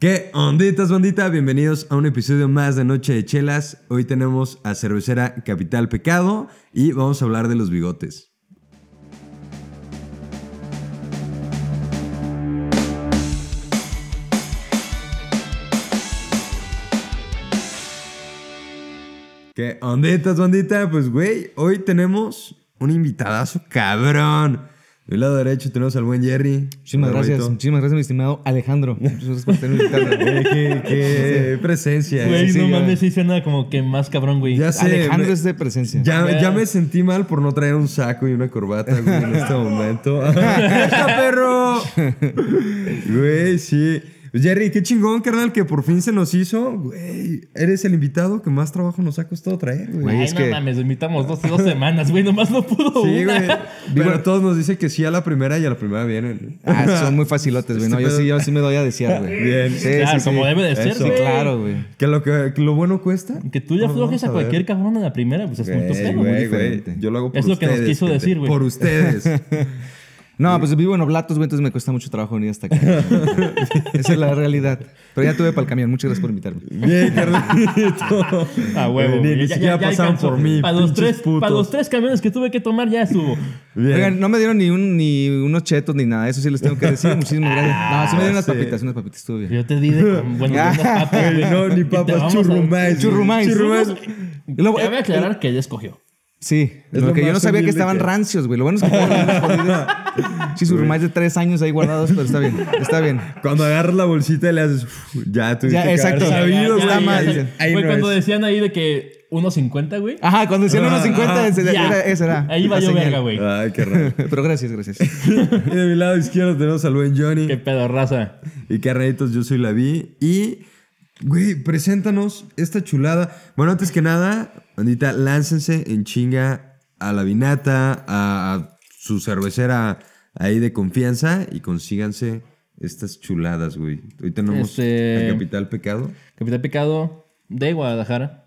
¿Qué onditas, bandita? Bienvenidos a un episodio más de Noche de Chelas. Hoy tenemos a cervecera Capital Pecado y vamos a hablar de los bigotes. ¿Qué onditas, bandita? Pues, güey, hoy tenemos un invitadazo cabrón. Del lado derecho tenemos al buen Jerry. Muchísimas gracias, Roberto. muchísimas gracias, mi estimado Alejandro. Muchas gracias por tenerme invitado. Güey, qué, qué presencia. eh. Güey, sí, no ya. mames, sí suena como que más cabrón, güey. Ya sé. Alejandro me- es de presencia. ya, ya me sentí mal por no traer un saco y una corbata, güey, en este momento. ¡Esta perro! Güey, sí. Jerry, qué chingón, carnal, que por fin se nos hizo. Güey, eres el invitado que más trabajo nos ha costado traer, güey. Güey, Ay, es no que- mames, invitamos dos, dos semanas, güey. Nomás no pudo Sí, una. güey. Pero todos nos dicen que sí a la primera y a la primera vienen. Ah, son muy facilotes, güey. No, yo sí, yo sí me doy a desear, güey. Este Bien. Sí, sí, Claro, sí. como debe de ser, Eso. Sí, güey. claro, güey. Que lo, que, que lo bueno cuesta. Que tú le No, aflojes vamos a a ver. cualquier cabrón en la primera, pues es punto Güey, cero, güey, güey. güey. diferente. Yo lo hago por Es lo que nos ustedes, quiso gente. decir, güey. Por ustedes. No, pues vivo en Oblatos, güey, entonces me cuesta mucho trabajo venir hasta acá. Esa es la realidad. Pero ya tuve para el camión. Muchas gracias por invitarme. Bien, carnalito. A Ah, huevo, Ni- güey. Ni, siquiera pasaron alcanzó. por mí. Para los, pinches tres, putos. para los tres camiones que tuve que tomar, ya estuvo. Bien. Oigan, no me dieron ni, un, ni unos chetos ni nada. Eso sí les tengo que decir. Muchísimas gracias. No, sí me dieron unas Ah, sí. papitas, unas papitas. Estuvo bien. Yo te di de. Bueno, de unas papas, Ah, Güey, güey. no, ni Y te papas, vamos a- churrumais. Churrumais. Churrumais. Y luego- eh, Te voy a aclarar que ella escogió. Sí, Es lo lo que yo más no sabía que humilde estaban que- rancios, güey. Lo bueno es que estaban Sí, surmais de tres años ahí guardados, pero está bien, está bien. Cuando agarras la bolsita y le haces. "Uf, ya tuviste Ya, que haber exacto. sabido, Ya, ya, güey". ya, Ahí ya. dicen, "Ahí Fue no cuando es". decían ahí de que 1.50, güey. Ajá, cuando decían unos 50, ese, Ah, Ya. era, ese era. Ahí la va yo señal. verga, güey. Ay, qué raro. Pero gracias, gracias. y de mi lado izquierdo tenemos al buen Johnny. Qué pedo, raza. Y carnalitos, yo soy la Vi. Y, güey, preséntanos esta chulada. Bueno, antes que nada, bandita, láncense en chinga a la vinata, a, a su cervecera ahí de confianza y consíganse estas chuladas, güey. Hoy tenemos Este- a Capital Pecado. Capital Pecado de Guadalajara.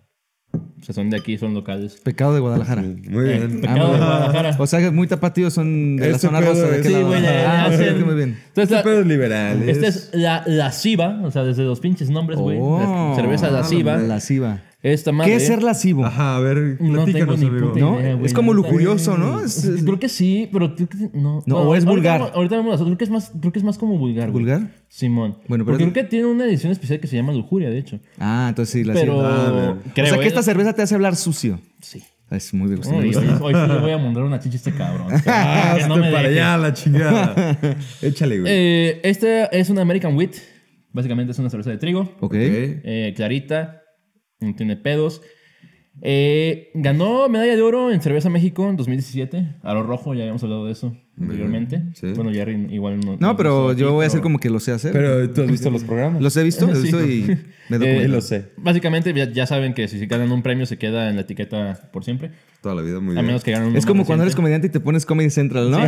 O sea, son de aquí, son locales. Pecado de Guadalajara. Muy Eh, bien. Ah, Pecado de Guadalajara. O sea, que muy tapatíos son de la Ese zona pedo rosa. De es- aquel Sí, lado. güey, ya- ya Ah, hacen- perfecto, muy bien. Entonces, Este pedo esta, es liberales. esta es la lasciva, o sea, desde los pinches nombres, Pues, güey. Oh, La cerveza lasciva. Lasciva. Esta madre. ¿Qué es ser lascivo? Ajá, a ver, No tengo platícanos, ni amigo. puta ¿No? idea, güey, Es como la neta. lujurioso, ¿no? Es- es- Creo que sí, pero creo que no. No, Bueno, o es ahorita vulgar. vamos- ahorita vamos a creo que es más, creo que es más como vulgar. güey. ¿Vulgar? Simón. Bueno, Bueno, pero- pero creo que tiene una edición especial que se llama Lujuria, de hecho. Ah, entonces sí, lascivo. Pero Ah, creo, o sea, que ¿eh? esta cerveza te hace hablar sucio. sí. Mm, Es muy de gusto. Hoy, sí- hoy sí le voy a mandar una chicha a este cabrón. Ah, Que no hazte me para deje. allá, la chingada. Échale, güey. Eh, esta es una American Wheat. Básicamente es una cerveza de trigo. Ok. Eh, clarita. No tiene pedos. Eh, ganó medalla de oro en Cerveza México en 2017. A lo rojo, ya habíamos hablado de eso anteriormente. sí. Bueno, Jerry igual no. No, pero aquí, yo voy a hacer como que lo sé hacer. Pero tú has visto los programas. Los he visto, los he Sí. visto y me Eh, doy lo sé. Básicamente, ya, ya saben que si ganan un premio se queda en la etiqueta por siempre. Toda la vida muy A bien. menos que ganen un Es como cuando eres comediante y te pones Comedy Central, ¿no? Sí,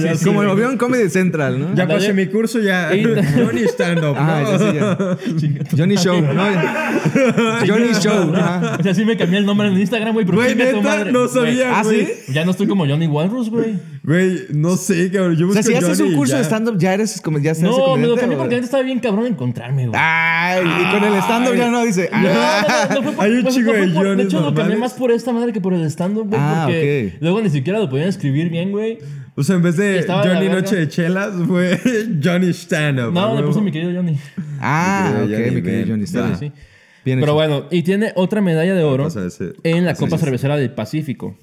sí, sí, sí. Como lo vio en Comedy Central, ¿no? Ya Ándale. pasé mi curso, ya. Y- Johnny stand-up. Ah, ¿no? ya, sí, ya. Johnny Show, ¿no? Johnny Show. ajá. O sea, sí me cambié el nombre en Instagram, güey. Pero Güey, chinga tu neta, madre. no Güey, sabía, ¿Ah, güey. sí? Ya no estoy como Johnny Walrus, güey. Güey, no sé, cabrón. Yo O busco sea, si haces Johnny un y curso ya. de stand-up, ya eres como ya se hace No, me lo comediante, cambié ¿o? porque antes estaba bien cabrón encontrarme, güey. Ay, y con el stand-up ya no dice. No, ah. no, no, no fue por- Hay un no fue- chingo no fue de por- De guiones hecho, lo cambié normales. más por esta madre que por el stand-up, güey. Ah, porque ok. luego ni siquiera lo podían escribir bien, güey. O sea, en vez de Estaba de la Johnny verga. Noche de Chelas, fue Johnny stand-up. No, güey. le puse mi querido Johnny. Ah, Mi ok, querido Johnny, mi querido ven. Johnny. está Dale, bien. Sí. Bien Pero hecho. bueno, y tiene otra medalla de oro Ah, Pasa ese- en la pasa Copa ese. Cervecera del Pacífico.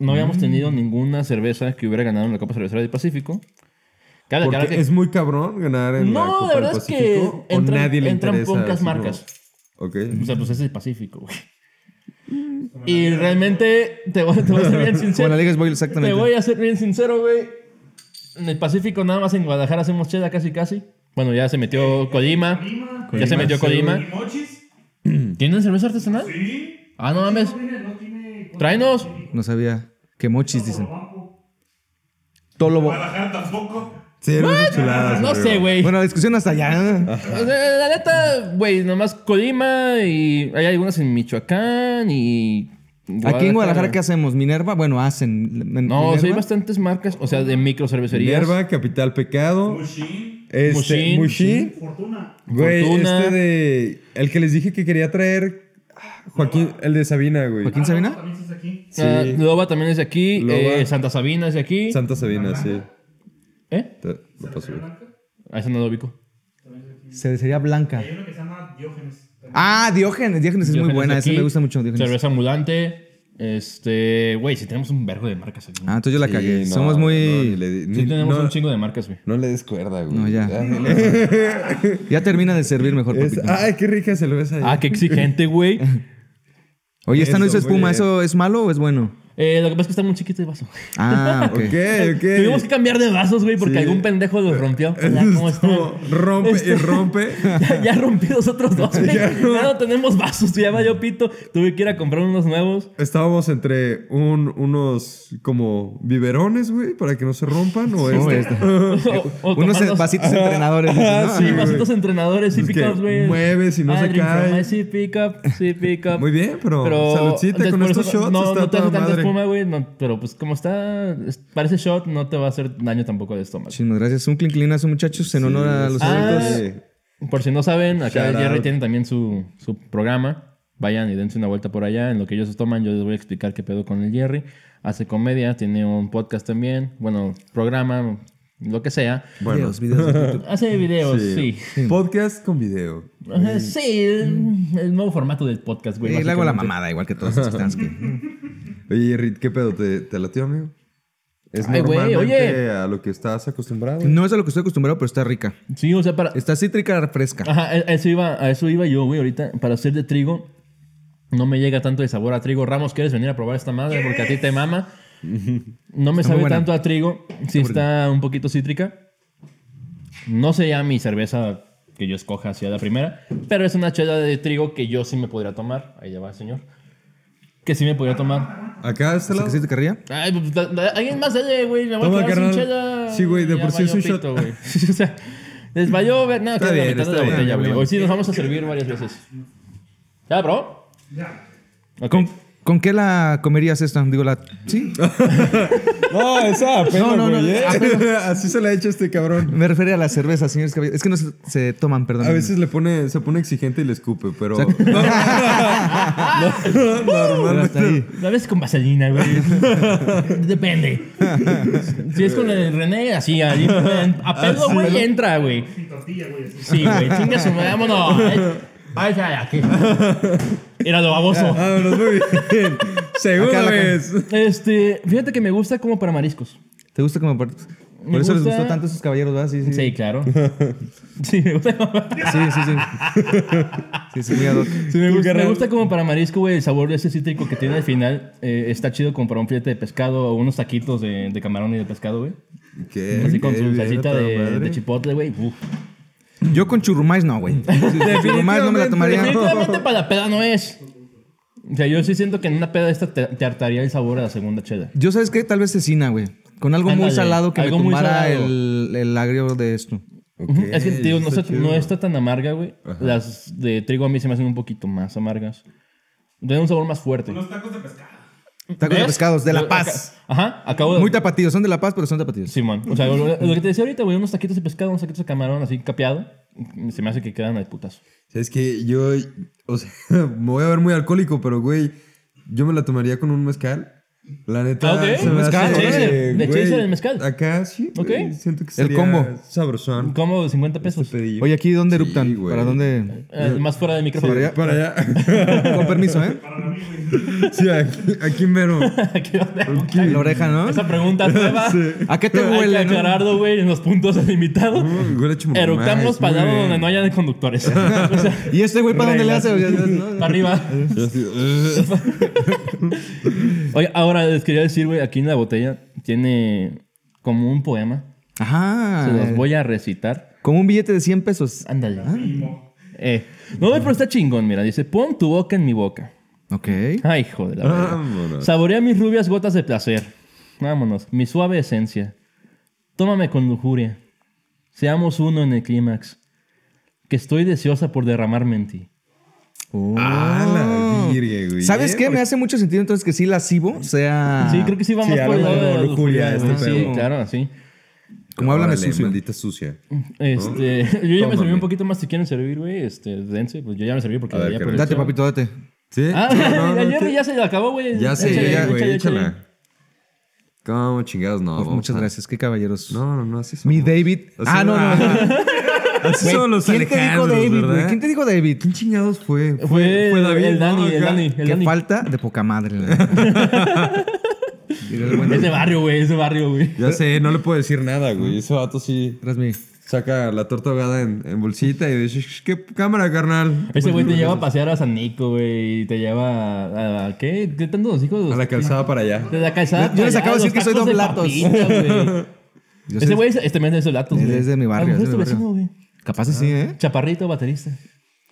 No habíamos Mm. tenido ninguna cerveza que hubiera ganado en la Copa Cervecera del Pacífico. Cada Porque que... es muy cabrón ganar en la No, Copa la verdad del es que Pacífico, o entran- nadie le entran interesa, pocas así como- marcas. Ok. O sea, pues es el Pacífico, güey. Y realmente, te voy, te voy a ser bien Con la sincero. Liga Boyle, te exactamente. voy a ser bien sincero, güey. En el Pacífico nada más en Guadalajara hacemos cheda casi casi. Bueno, ya se Eh, metió Colima. Ya se metió Colima. ¿Mochis? ¿Tienen cerveza artesanal? Sí. Ah, no mames. No tiene. Tráenos. No sabía. Que mochis dicen. Tolobo. Guadalajara tampoco. Sí, eran unas chuladas. No sé, güey. Bueno, la discusión hasta allá. O sea, la neta, güey, nomás Colima y hay algunas en Michoacán y... Aquí en Guadalajara, ¿qué hacemos? ¿Minerva? Bueno, hacen. No, este sí hay Minerva. bastantes marcas, o sea, de micro cervecerías. Hierba, Capital Pecado. Mushin. Este, Mushin. Mushin. Fortuna. Güey, Fortuna. este de. El que les dije que quería traer. ah, Joaquín, el de Sabina, güey. ¿Joaquín Sabina? También estás aquí. Sí. Ah, Loba también es de aquí. Loba. eh, Santa Sabina es de aquí. Santa Sabina, sí. ¿Eh? Te- Lo paso bien. Ah, ese no lo ubico. Cervecería Blanca. Hay uno que se llama Diógenes. Ah, Diógenes. Diógenes es muy Diógenes buena. de Esa aquí. me gusta mucho, Diógenes. Cerveza ambulante. Este, güey, si tenemos un vergo de marcas aquí. Ah, entonces yo la cagué. Sí, no, No, Somos ni muy... le, di- sí, ni- tenemos no, un chingo de marcas, güey. no le des cuerda, güey. No, ya. no le- Ya termina de servir mejor, Es- papito. ay, qué rica cerveza. Ah, qué exigente, güey. Oye, esta no eso, hizo muy espuma. bien. ¿Eso es malo o es bueno? Eh, lo que pasa es que está muy chiquito el vaso. Ah, ok. Ok, ok. Tuvimos que cambiar de vasos, güey, porque Sí. algún pendejo los rompió. Ya, ¿cómo están? Esto rompe y rompe. Ya, ya rompí los otros dos, güey. Ya no tenemos vasos, ya valió pito. Tuve que ir a comprar unos nuevos. Estábamos entre un, unos como biberones, güey, para que no se rompan. O No, este. esta. O- o Eh, Unos tomarlos- vasitos entrenadores. Ah, ¿no? sí, Sí, vasitos güey. entrenadores y Es que pick-ups, güey. mueves y no Ah, se drink from cae. my sea pick-up, sí, pick-up. Muy bien, pero, saludcita entonces, con por estos eso shots. No, está no te hace toda tanta madre. espuma, güey. no, pero pues como está, es- parece shot, no te va a hacer daño tampoco de estómago. Muchísimas gracias. Un clean clean a sus muchachos en honor a los Ah. adultos. Sí. Por si no saben, acá Shout Jerry out. tiene también su, su programa. Vayan y dense una vuelta por allá. En lo que ellos toman, yo les voy a explicar qué pedo con el Jerry. Hace comedia, tiene un podcast también. Bueno, programa, lo que sea. Bueno, Videos, videos de YouTube. Hace videos, este. sí. podcast con video. Ajá, Sí, el, el nuevo formato del podcast, güey. Y Eh, le hago la básicamente. mamada, igual que todos los que están aquí. Oye, Rit, ¿qué pedo? ¿Te, te latió, amigo? Es Ay, güey, normalmente oye. a lo que estás acostumbrado. No es a lo que estoy acostumbrado, pero está rica. Sí, o sea, para, Está cítrica, fresca. Ajá, a- a eso iba, a eso iba yo, güey, ahorita. Para hacer de trigo, no me llega tanto el sabor a trigo. Ramos, ¿quieres venir a probar esta madre? Porque a ti te mama. No me muy sabe buena. tanto a trigo. Sí está un poquito cítrica. No sería mi cerveza que yo escoja hacia la primera, pero es una chela de trigo que yo sí me podría tomar. Ahí ya va, señor. Que sí me podría tomar. Acá este está ¿Qué la. sí te carrilla? Ay, pues, da- da- alguien más dale, güey. Me voy Toma, a quedar sin carnal. chela. Sí, güey, de Ya por sí es valió un shot. pito, güey. o sea, les valió ver. No, Está que la bien, mitad de está la bien. botella, güey. Hoy sí nos vamos a servir varias veces. ¿Ya la probó? Ya. Ok. ¿Con, ¿Con qué la comerías esta? Digo, la. Sí. No, esa apenas, No, no, no, güey, ¿eh? apenas. Así se la ha hecho este cabrón. Me refería a la cerveza, señores caballeros. Es que no se, se toman, perdón. A veces le pone, se pone exigente y le escupe, pero. No, no, Pero normalmente. hasta ahí. A veces con vaselina, güey. Depende. Si es con el René, así, ahí. Ah, A pedo, güey, entra, güey. Sin tortilla, güey. así. Sí, güey. Chinga su madre, vámonos. Ay, ay, aquí. Era lo baboso. Vámonos, muy bien. Acá Segunda la- vez. Este, fíjate que me gusta como para mariscos. ¿Te gusta como por, por Me eso les gusta- gustó tanto a esos caballeros, ¿verdad? Sí, sí. Sí, claro. Sí, me gusta como Sí, sí, sí. Sí, sí, muy ad hoc. me Tú, gusta, carnal. como para marisco, güey, el sabor de ese cítrico que tiene al final. eh, está chido como para un filete de pescado o unos taquitos de, de camarón y de pescado, güey. ¿Qué? Así con ¿Qué? su Bien, salsita toda de, eh, madre. de chipotle, güey. Uf. Yo con churrumais no, güey. Sí, Churrumais no me la tomaría. Definitivamente para la peda no es. O sea, yo sí siento que en una peda esta te, te hartaría el sabor a la segunda chela. Yo, ¿sabes qué? Tal vez cecina, güey. Con algo muy Ándale, salado que me algo muy tumbara salado. el, el agrio de esto. Ok, es que, tío, no, está está, chido. no está tan amarga, güey. Las de trigo a mí se me hacen un poquito más amargas. Tienen un sabor más fuerte. Unos tacos de pescado. Tacos de ¿Ves? pescados, de Yo La acá- Paz. Ajá, acabo de... Muy tapatíos, son de La Paz, pero son tapatíos. Simón. O sea, lo, lo que te decía ahorita, güey, unos taquitos de pescado, unos taquitos de camarón así capeado, mm, se me hace que quedan al putazo. Es que yo, o sea, me voy a ver muy alcohólico, pero güey, yo me la tomaría con un mezcal. La neta, Ah, ok. se me Mezcal, hace, chaser. eh, De güey, chaser el mezcal. Acá sí. Ok. güey, Siento que El sería combo. Sabrosón. Como de 50 pesos. Pedillo. Oye, ¿aquí dónde Sí, eruptan? güey. ¿Para dónde? Eh, más fuera del micrófono. Para allá. para allá. Con permiso, ¿eh? Para mí, güey. sí, aquí, aquí mero. ¿Qué onda? La oreja, ¿no? Esa pregunta es nueva. ¿A qué te Hay que huele, no? aclararlo, güey, en los puntos limitados. Mm, Huele a chimolumais, muy Eructamos para allá bien. donde no haya conductores. O sea, ¿Y este güey para dónde le hace? O sea, para ¿no? arriba. Yo así, "Ugh". Oye, ahora les quería decir, güey, aquí en la botella tiene como un poema. Se los Ajá. voy a recitar. Como un billete de 100 pesos. Ándale. Ah. Eh, no, güey, pero está chingón, mira. Dice, pon tu boca en mi boca. Ok. Ay, hijo de la verga. Vámonos. Saborea mis rubias gotas de placer. Vámonos. Mi suave esencia. Tómame con lujuria. Seamos uno en el clímax. Que estoy deseosa por derramarme en ti. Oh. Ah, la virgen, güey. ¿Sabes qué? Me hace mucho sentido entonces que sí la cibo sea... Sí, creo que sí va Ah, sí, más por el algo lado de la lujuria, lujuria. güey. este sí, pedo. claro, sí. Como háblame Órale, sucio. Maldita sucia. Este, yo ya me serví Tómame. un poquito más. Si quieren servir, güey, este, dense. Pues yo ya me serví porque A ver, ya ¿qué por el Date, chavo. papito, date. ¿Sí? Ah, No, no, ya, no, ya se acabó, güey. Ya sé, Échale, güey, échale, échale. échala. ¿Cómo chingados no? Por- vamos muchas a- gracias. Qué caballeros. No, no, no, así son. Mi David. Así Ah, no, no. Ajá. Así Güey, son los ¿Quién te dijo Alejandros, David, güey? ¿verdad? ¿Quién te dijo David? ¿Quién chingados fue? Fue, el ¿no? Dani, el Acá. Dani, el Qué Dani. falta de poca madre. la neta. Diría el buen Es de barrio, güey, es de barrio, güey. Ya sé, no le puedo decir nada, güey. Ese vato sí tras mí. saca la torta ahogada en, en bolsita y dice, "Sh, ¿qué cámara, carnal? Pues, Ese güey te lleva a pasear a San Nico, güey. y Te lleva a, a- ¿qué? ¿Qué tanto los hijos? A la calzada para allá. De la calzada. Yo- yo les acabo de decir que soy dos doblatos. Yo Ese sé- güey es- este también es de latos, Es- güey. es de mi barrio, A lo mejor es de mi es tu vecino, güey. Capaz y sí, ¿eh? Chaparrito, baterista.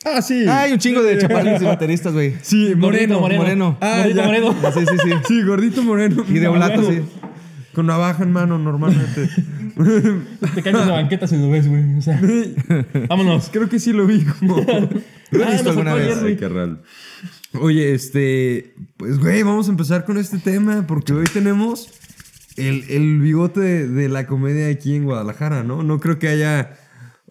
Ah, sí. Ay, un chingo de chaparritos y bateristas, güey. sí, Gordito, moreno. moreno. moreno. Ah, Gordito, ya. moreno. Sí, sí, sí. Sí, gordito moreno. Y de volato, sí. Con navaja en mano, normalmente. Te caes en la banqueta si no ves, güey. O sea, vámonos. Creo que sí lo vi como... ¿Lo Ah, has visto nos alguna tocó ayer, vez? güey. Ay, carnal. Oye, este. Pues, güey, vamos a empezar con este tema porque hoy tenemos el, el bigote de, de la comedia aquí en Guadalajara, ¿no? No creo que haya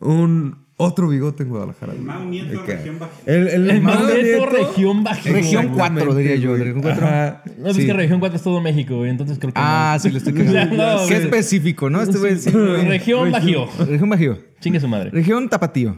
un otro bigote en Guadalajara. güey. Mau Nieto, Acá. región baja. El, el, El Mau más Nieto. región baja. Región güey. 4, diría yo. Región 4. Ajá. No, Ah, es Sí. que región 4 es todo México, güey. Entonces creo que. Ah, sí, lo estoy cagando. Ya, no, Qué güey. específico, ¿no? Este güey. sí, no. güey. Región Bajío. Región Bajío. Chingue su madre. Región Tapatío.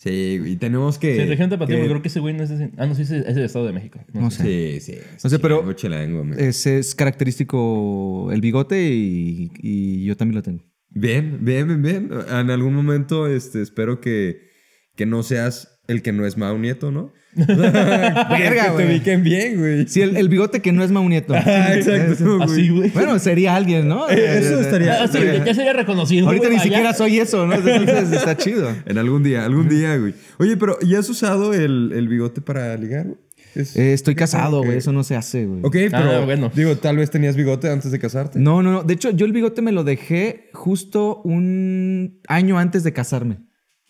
Sí, güey. Tenemos que. Sí, región Tapatío, que- güey, creo que ese güey no es de... Ah, no, sí, ese- es del Estado de México. No sé. Sí, sí. No sé, Chilango, pero- chilango, güey. Es, es característico el bigote y, y yo también lo tengo. Bien, bien, bien, bien. En algún momento, este, espero que, que no seas el que no es Mao Nieto, ¿no? Verga, que te güey. ubiquen bien, güey. Sí, el, el bigote que no es Maunieto. Ah, exacto, Así, güey. Bueno, sería alguien, ¿no? Eh, eso estaría- Ah, sí, ya sería reconocido. Ahorita güey, Ah, ni vaya. siquiera soy eso, ¿no? Entonces está chido. En algún día, algún día, güey. Oye, pero ¿ya has usado el, el bigote para ligar, güey? Es- Eh, estoy casado, Ok. güey. Eso no se hace, güey. Ok, pero Ah, bueno. digo, tal vez tenías bigote antes de casarte. No, no, no. De hecho, yo el bigote me lo dejé justo un año antes de casarme.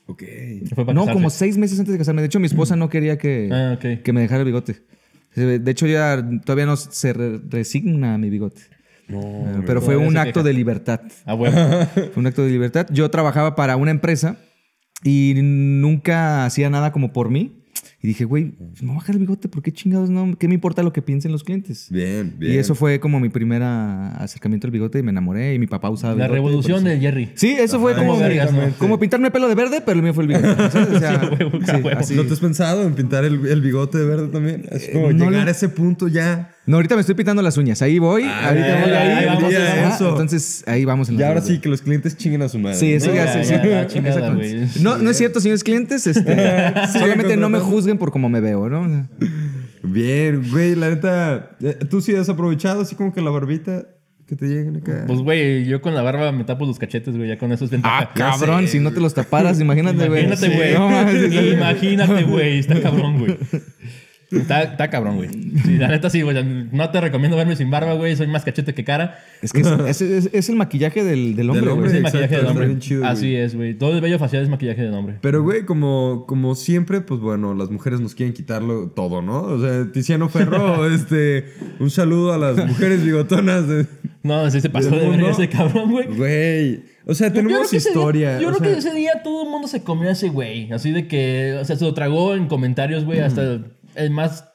Ok. Fue para No, casarse. como seis meses antes de casarme. De hecho, mi esposa no quería que, Ah, ok. que me dejara el bigote. De hecho, ya todavía no se re- resigna a mi bigote. No, pero fue Todavía un se acto queja. de libertad. Ah, bueno. Fue un acto de libertad. Yo trabajaba para una empresa y nunca hacía nada como por mí. Y dije, güey, no bajar el bigote, ¿por qué chingados no? ¿Qué me importa lo que piensen los clientes? Bien, bien. Y eso fue como mi primer ah, acercamiento al bigote y me enamoré y mi papá usaba La bigote, revolución por eso. de Jerry. Pues, Sí, eso fue Ajá, como, vergas, ¿no? como pintarme pelo de verde, pero el mío fue el bigote. ¿sabes? O sea, Sí, a huevo, sí, a huevo. así. ¿No te has pensado en pintar el, el bigote de verde también? Así como Eh, no llegar le- a ese punto ya. No, ahorita me estoy pintando las uñas. Ahí voy. ahorita ya, voy ya, ahí. ya, entonces, ya, ajá, eso. entonces ahí vamos. En Y la ahora rueda. sí, que los clientes chinguen a su madre. Sí, eso No, ya, ya, sí, sí. ya, la chingada, Exactamente. güey. No, no es cierto, señores clientes. este, solamente no me contratando. juzguen por cómo me veo, ¿no? Bien, güey, la neta. eh, Tú sí has aprovechado así como que la barbita que te lleguen acá. Pues, güey, yo con la barba me tapo los cachetes, güey. Ya con eso es ventaja. Ah, cabrón, si no te los taparas, imagínate, güey. Imagínate, güey. No mames, sí, sí. Imagínate, güey. Está cabrón, güey. Está, está cabrón, güey. Sí, la neta sí, güey. No te recomiendo verme sin barba, güey. Soy más cachete que cara. Es que es, es- es- es el maquillaje del, del hombre, Del hombre. güey. Es el maquillaje exacto, del está hombre. bien chido, Así güey. es, güey. Todo el vello facial es maquillaje del hombre. Pero, güey, como, como siempre, pues bueno, las mujeres nos quieren quitarlo todo, ¿no? O sea, Tiziano Ferro, este, un saludo a las mujeres bigotonas. de- No, sí se pasó ¿Del de verga mundo? ese cabrón, güey. Güey, o sea, Yo creo tenemos que ese día- historia. yo o creo sea, que ese día todo el mundo se comió a ese güey. Así de que, o sea, se lo tragó en comentarios, güey. Hasta el más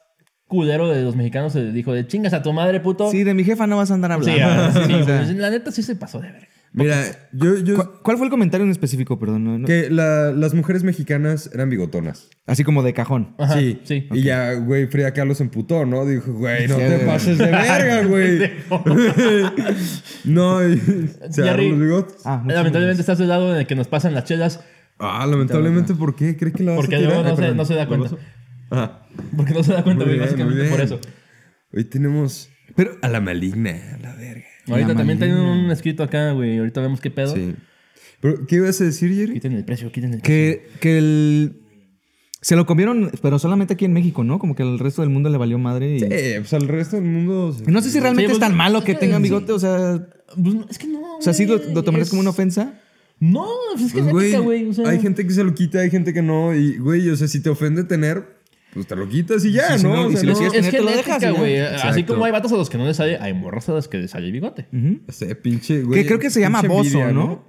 culero de los mexicanos se dijo de chingas a tu madre, puto. Sí, de mi jefa no vas a andar Sí, hablando. ah, sí, O sea, güey. La neta sí se pasó de verga. Mira, yo... pues, yo ¿cu- ¿Cuál fue el comentario en específico, perdón? No, no. que la- las mujeres mexicanas eran bigotonas. Así como de cajón. Ajá, sí. sí. Y ya, güey, Frida Carlos se emputó, ¿no? Dijo, güey, no Sí, te güey. pases de verga, güey. no, y se agarró Jerry. los bigotes. Ah, muchas Lamentablemente estás del lado en el que nos pasan las chelas Ah, lamentablemente, ¿por qué? ¿Crees que la vas Porque a luego tirar? no Ay, se- perdón. no se da ¿La cuenta. vas a- Ah. porque no se da cuenta, Muy güey, bien, muy básicamente bien. por eso. Hoy tenemos Pero a la maligna, a la verga. Ahorita La también tienen maldita. un escrito acá, güey. Ahorita vemos qué pedo. Sí. Pero, ¿Qué ibas a decir, Jerry? Quiten el precio, quiten el precio. que, que el... Se lo comieron, pero solamente aquí en México, ¿no? Como que al resto del mundo le valió madre. y- Eh, pues al resto del mundo. se- No sé si realmente Sí, es tan pues, malo que sí, tengan sí. bigote, o sea... Pues, no, es que no. O sea, ¿sí lo, lo tomarías es- como una ofensa? No, pues es que Pues, es güey, ética, güey. O sea, hay gente que se lo quita, hay gente que no. Y, güey, o sea, si te ofende tener, pues te lo quitas y ya, Sí, sí, ¿no? no, O y sea, si lo no- sigues- Es tener, te lo genética, dejas y ya. güey. eh, Exacto. Así como hay vatos a los que no les sale, hay morras a las que les sale el bigote. No sé, pinche, güey. que creo que se llama pinche bozo, envidia, ¿no?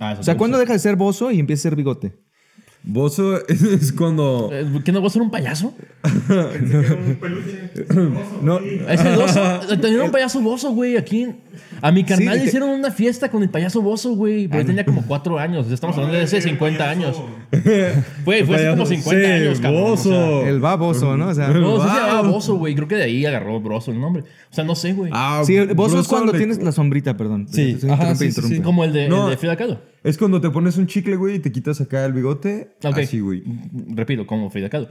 Ah, eso O sea, te ¿cuándo gusta. deja de ser bozo y empieza a ser bigote? Bozo es, es cuando. Eh, ¿Qué no voy a ser un payaso? Pensé que era un peluche. hermoso. No, Es el oso. Tenían eh, un payaso bozo, güey, aquí. A mi carnal Sí, le que- Ah, hicieron una fiesta con el payaso bozo, güey. Pero él tenía como cuatro años. Estamos hablando de hace 50 años. Güey, fue hace como 50 años, cabrón. o sea. Bozo. El baboso, ¿no? O sea, no, sí Wow. se llamaba Bozo, güey. Creo que de ahí agarró Broso el nombre. O sea, no sé, güey. Ah, sí, el bozo es Broso cuando le- tienes la sombrita, perdón. Sí, Te- ajá, te interrumpe, sí, sí, interrumpe. sí. Como el de, No. el de Frida Kahlo. Es cuando te pones un chicle, güey, y te quitas acá el bigote. Ok. Ah, Así, güey. Repito, como Frida Kahlo.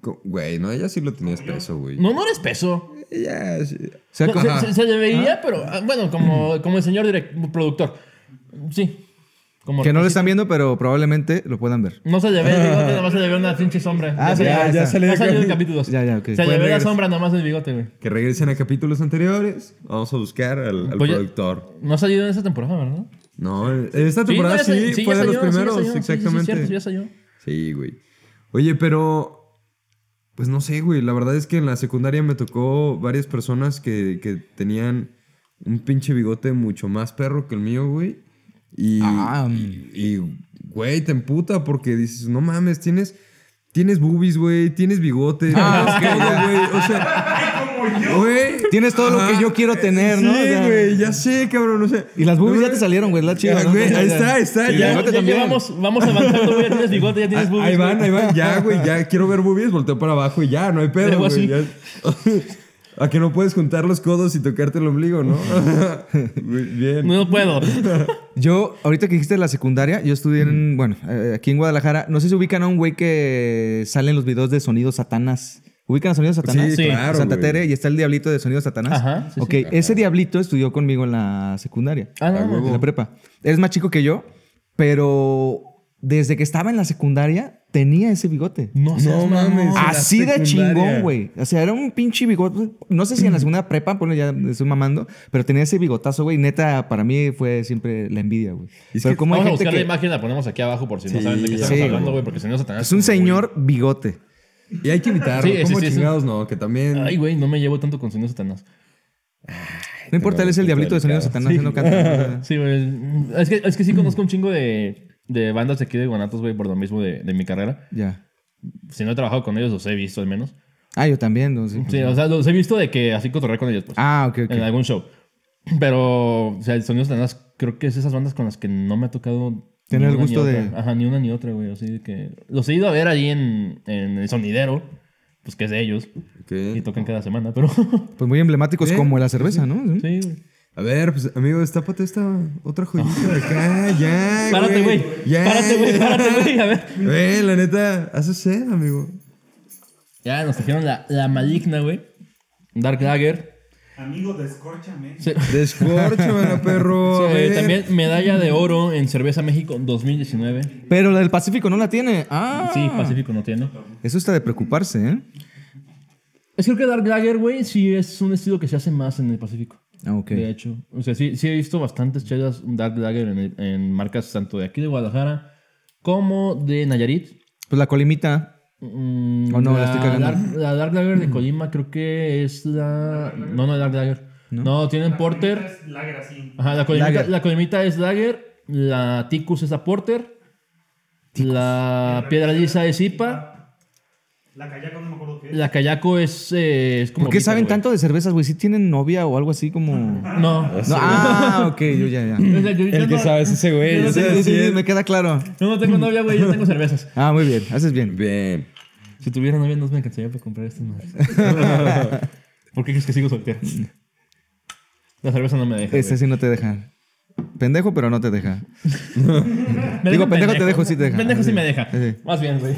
Co- Güey, no, ella sí lo tenías preso, güey. No, no eres peso. Ella sí. O sea, No, como- se, se- se le veía, pero ah, bueno, como, como el señor direct- productor. Sí. Como que no lo están viendo, pero probablemente lo puedan ver. No se le ve el bigote, nada más se le ve una pinche sombra. Ah, se ya, le- ya salió Ya el salió el capítulo. capítulo. dos. Ya, ya, ok. Se le Pueden ve la regresar. sombra, nada más el bigote, güey. Que regresen a capítulos anteriores. Vamos a buscar al, al Pues ya- productor. No ha salido en esa temporada, ¿verdad? No, en esta temporada ya sí, sa- ya fue de los salió, sí, ya primeros, salió, sí, sí, Sí, exactamente. cierto, ya salió. Sí, güey. Oye, pero. Pues no sé, güey. La verdad es que en la secundaria me tocó varias personas que, que tenían un pinche bigote mucho más perro que el mío, güey. Y, Ah. y, y, güey, te emputa porque dices, no mames, tienes, tienes boobies, güey, tienes bigote, tienes todo, güey. O sea, Como yo. güey. Ah, Tienes todo lo que yo quiero tener, ¿no? O Sí, sea, güey, ya sé, cabrón. O sea, Y las boobies no, ya te salieron, güey. La Ah, chica. güey, ahí está, ahí está, Ya, ya. ya, ya vamos, vamos avanzando, güey. Ya tienes bigote, ya tienes Ah, boobies. Ahí van, ahí güey. van. Ya, güey, ya quiero ver boobies, volteo para abajo y ya, no hay pedo, Luego así. güey. ya. A que no puedes juntar los codos y tocarte el ombligo, ¿no? Güey, Bien. No puedo. Yo, ahorita que dijiste la secundaria, yo estudié en, bueno, eh, aquí en Guadalajara. No sé si ubican a un güey que sale en los videos de Sonido Satanás. ¿Ubican a Sonido Satanás? Sí, claro, Santa güey. Tere y está el diablito de Sonido Satanás. Ajá, sí, sí. ok, ese diablito estudió conmigo en la secundaria. Ah, no, Ah, no. huevo. en la prepa. Eres más chico que yo, pero desde que estaba en la secundaria tenía ese bigote. No, No mames. la Así de secundaria. chingón, güey. O sea, era un pinche bigote. No sé si en la segunda prepa, ponle ya me estoy mamando, pero tenía ese bigotazo, güey. Neta, para mí fue siempre la envidia, güey. Es Pero que como hay Vamos a gente buscar la que imagen, la ponemos aquí abajo por si no Sí, saben de qué estamos sí, hablando, güey. güey, porque si no Satanás es un señor bigote. Y hay que evitarlo. Sí, sí, ¿Cómo sí, sí. chingados no? Que también. Ay, güey, no me llevo tanto con señor Satanás. No importa, él es el diablito de sonido satanás, él no canta. Sí, güey. Es que, es que sí Mm. conozco un chingo de, de bandas aquí de Guanatos, güey, por lo mismo de, de mi carrera. Ya. Si no he trabajado con ellos, los he visto al menos. Ah, yo también, no sé. Sí, o sea, los he visto de que así cotorreo con ellos, pues. Ah, ok, En ok. algún show. Pero, o sea, el Sonido Satanás creo que es esas bandas con las que no me ha tocado. Tener ni el una ni gusto de- otra. Ajá, ni una ni otra, güey. Así de que. Los he ido a ver ahí en, en el sonidero, pues que es de ellos. Y Ok. tocan cada semana, pero. Pues muy emblemáticos ¿Eh? como la cerveza, ¿no? sí, güey. A ver, pues, amigo, estápate esta otra joyita de acá. Ya, Párate, güey. Ya, Párate, güey. ya. Párate, güey. A ver. Güey, la neta, hace sed, amigo. Ya nos trajeron la, la maligna, güey. Dark Dagger. Amigo, ¿eh? descórchame. Se- Descórchamela, perro. a se- ver. también medalla de oro en Cerveza México 2019. Pero la del Pacífico no la tiene. Ah, Sí, Pacífico no tiene. Eso está de preocuparse, ¿eh? Es creo que Dark Dagger, güey, sí es un estilo que se hace más en el Pacífico. Ah, ok. De hecho, o sea, sí, sí he visto bastantes chelas Dark Lager en, el- en marcas tanto de aquí de Guadalajara como de Nayarit. Pues la colimita. Mm, Oh, no, la estoy cagando. Dark, la Dark Lager de Colima creo que es la... No, no, Dark Lager. No, tienen Porter. Es lager así. Ajá, la Colimita, Lager. la Colimita es Lager. La Ticus es la Porter. La Piedra Lisa es IPA. La callaca no me acuerdo qué es. La Kayako es, eh, es como... ¿Por qué Vita, saben güey. tanto de cervezas, güey? ¿Sí tienen novia o algo así como.? No. No, ah, ok, yo ya, ya. O sea, yo- yo no- es ese güey. yo no Sí, tengo- sí, sí, me queda claro. Yo no tengo novia, güey. Yo tengo cervezas. Ah, muy bien, haces bien. Bien. Si tuviera novia, no me alcanzaría para comprar estas madres. ¿Por qué crees que sigo soltero? La cerveza no me deja. Este güey. sí no te deja. Pendejo, pero no te deja. Me digo, deja pendejo, te dejo, sí te deja. Pendejo sí Sí. me deja. Sí. Más bien, güey.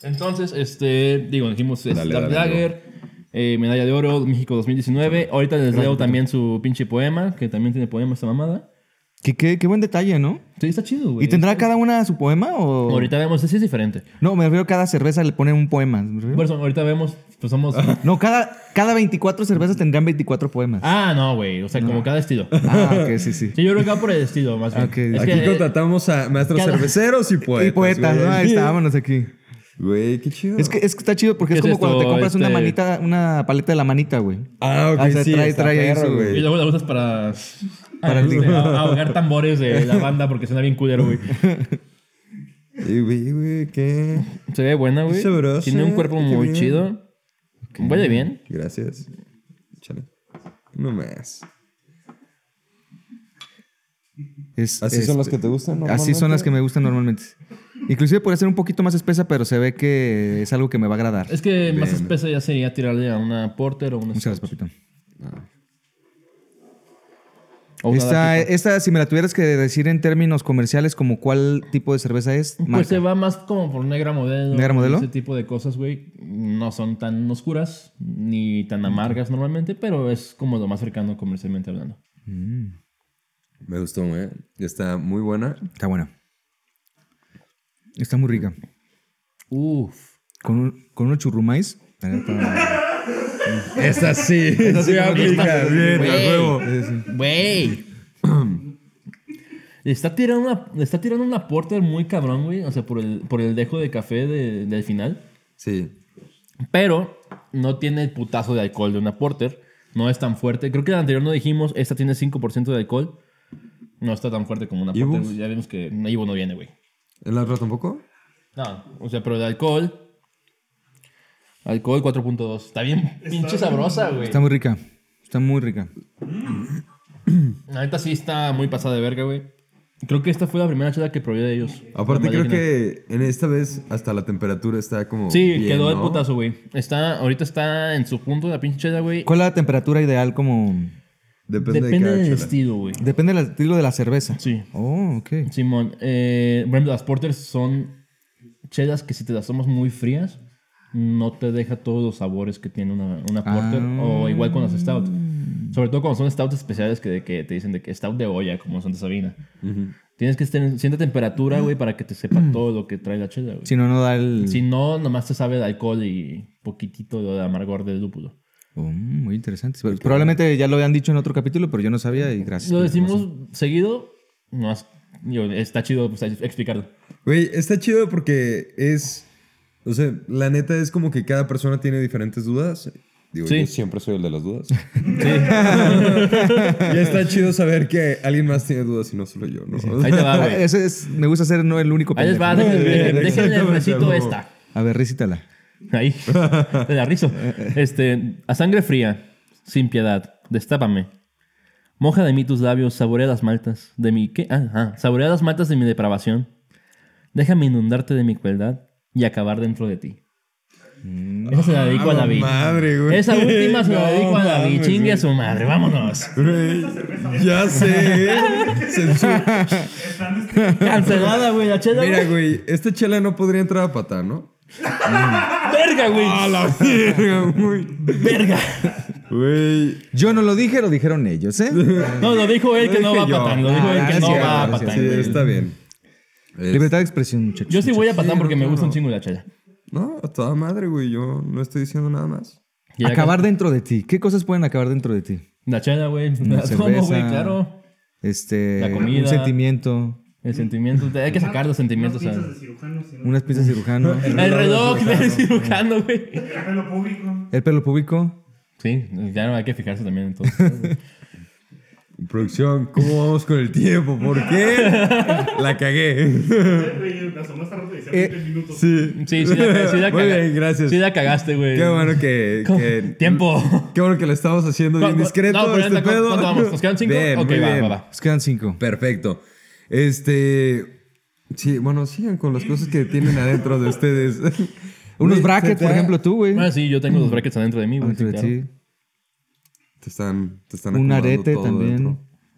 Entonces, este, digo, dijimos es Dale, Dark dale, Dagger, eh, Medalla de Oro, México 2019. Ahorita les leo también su pinche poema, que también tiene poema esta mamada. Qué, qué, qué buen detalle, ¿no? Pues, Sí, está chido, güey. ¿Y tendrá cada una su poema o.? Ahorita vemos, ese sí es diferente. No, me refiero a cada cerveza le ponen un poema. me refiero. Por eso, ahorita vemos, pues somos... No, cada, cada 24 cervezas tendrán 24 poemas. Ah, no, güey. O sea, como cada estilo. Ah, ok, sí, sí. Sí, yo creo que va por el estilo, más bien. Ok. Es Aquí que, eh, contratamos a maestros cada- cerveceros y poetas. y poetas, güey. ¿no? Ahí está, vámonos aquí. Güey, qué chido. Es que, es que está chido porque ¿Qué es es como cuando te esto? compras una Este- manita, una paleta de la manita, güey. Ah, ok, Ah, o sea, sí, trae- está trae ahí perro, su- Y güey. luego la usas para Para el- a- a ahogar tambores de la banda porque suena bien culero, güey. Y, güey, güey, ¿qué? Se ve buena, güey. Sabrosa, Tiene un cuerpo qué muy bien. chido. Huele bien. Gracias. Échale. No más. es- ¿Así son es- Este, las que te gustan? Así son las normalmente? que me gustan normalmente. Inclusive puede ser un poquito más espesa, pero se ve que es algo que me va a agradar. Es que más Bien. espesa ya sería tirarle a una porter o una Muchas gracias, Scotch. papito. O una Esta, Dafita. esta, si me la tuvieras que decir en términos comerciales, como cuál tipo de cerveza es, Pues se marca. va más como por negra modelo. ¿Negra modelo? Ese tipo de cosas, güey. No son tan oscuras ni tan amargas normalmente, pero es como lo más cercano comercialmente hablando. Me gustó, güey. Está muy buena. está buena. Está muy rica. Uf. Con, un- con unos churrumais. la neta, Esta sí. Esta sí aplica. Bien, Güey. a huevo. Güey. Le está tirando una, le está tirando una porter muy cabrón, güey. O sea, por el, por el dejo de café de- del final. Sí. Pero no tiene el putazo de alcohol de una porter. No es tan fuerte. Creo que la anterior no dijimos. Esta tiene 5% de alcohol. No está tan fuerte como una ¿Ibu? porter. güey. Ya vimos que no, Ibu no viene, güey. ¿El otro tampoco? No, o sea, pero de alcohol. Alcohol 4.2. Está bien pinche sabrosa, güey. Está muy rica. Está muy rica. La neta sí está muy pasada de verga, güey. Creo que esta fue la primera chela que probé de ellos. Aparte La creo Maligna. que en esta vez hasta la temperatura está como Sí, bien, quedó el ¿no? putazo, güey. Está, ahorita está en su punto la pinche chela, güey. ¿Cuál es la temperatura ideal como...? Depende, de Depende cada del chela. estilo, güey. Depende del estilo de la cerveza. Sí. Oh, ok. Simón, eh, por ejemplo, las porters son chelas que si te las tomas muy frías, no te deja todos los sabores que tiene una, una porter. Ah. O igual con las stout. Sobre todo cuando son stouts especiales que, de que te dicen de que stout de olla, como Santa Sabina. Tienes que estar en cierta temperatura, güey, para que te sepa Mm. todo lo que trae la chela, güey. Si no, no da el... Si no, nomás te sabe de alcohol y poquitito de amargor del lúpulo. Oh, muy interesante. Pero Probablemente ya lo habían dicho en otro capítulo, pero yo no sabía y gracias. Lo por la decimos seguido, no has- digo, está chido pues, explicarlo. Güey, está chido porque es o sea, la neta es como que cada persona tiene diferentes dudas. Digo, Sí. yo siempre soy el de las dudas. y está chido saber que alguien más tiene dudas y no solo yo, ¿no? Ahí te va, información. güey. Ese es- me gusta ser no el único. Ahí les va, pendejo. déjenle, déjenle- déjenle exactamente, recito huevo. esta. A ver, recítala. Ahí, te la rizo. Este, a sangre fría, sin piedad, destápame. Moja de mí tus labios, saborea las maltas de mi... ¿Qué? Ah, ah, saborea las maltas de mi depravación. Déjame inundarte de mi crueldad y acabar dentro de ti. Esa se la dedico a la David. madre, güey. Esa última se la Mm. Ah, No dedico a David. mames, Chingue a güey. su madre, vámonos. Güey, ya sé. Censura. Están este, Cancelada, güey, la chela, Mira, güey. güey, esta chela no podría entrar a pata, ¿no? ¡Ah, Verga, güey. Verga, güey. Verga. Güey, Yo no lo dije, lo dijeron ellos, ¿eh? No, lo dijo él que no va dije a yo. patán. Lo dijo Ah, él que no gracias, va a gracias. patán. sí, güey. está bien. Libertad de expresión, muchachos. Yo sí voy a patán Sí, porque me no, gusta un no. chingo la chela. No, a toda madre, güey. Yo no estoy diciendo nada más. Y ya Acabar dentro de ti. ¿Qué cosas pueden acabar dentro de ti? que- La chela, güey. La tomo, cerveza. güey, claro. Este, La comida. un sentimiento, El sentimiento. Hay que sacar los sentimientos. pinzas de a- cirujanos, sino unas piezas de cirujano, El reloj del cirujano, güey. el pelo público. el pelo público. Sí, ya no hay que fijarse también en todo. güey. Producción, ¿cómo vamos con el tiempo? ¿Por qué? La cagué. Eh, Me asomó esta rato y decía 20 Eh, minutos. Sí. Sí, sí, la, sí la Muy caga- bien, gracias. Sí la cagaste, güey. Qué bueno que. que- Tiempo. Qué bueno que lo estamos haciendo bien ¿Cu- cu- discreto. no, pero este neta, ¿cu- pedo. cuánto vamos? ¿Nos quedan cinco? Bien, Ok, muy va, bien. va, va. Nos quedan cinco. Perfecto. Este. Sí, bueno, sigan con las cosas que tienen adentro de ustedes. Unos Güey, se brackets, te por ha- ejemplo, tú, güey. Ah, sí, yo tengo los brackets adentro de mí, güey. sí, Dentro de claro. ti. Te están. Te están Un acomodando arete todo también.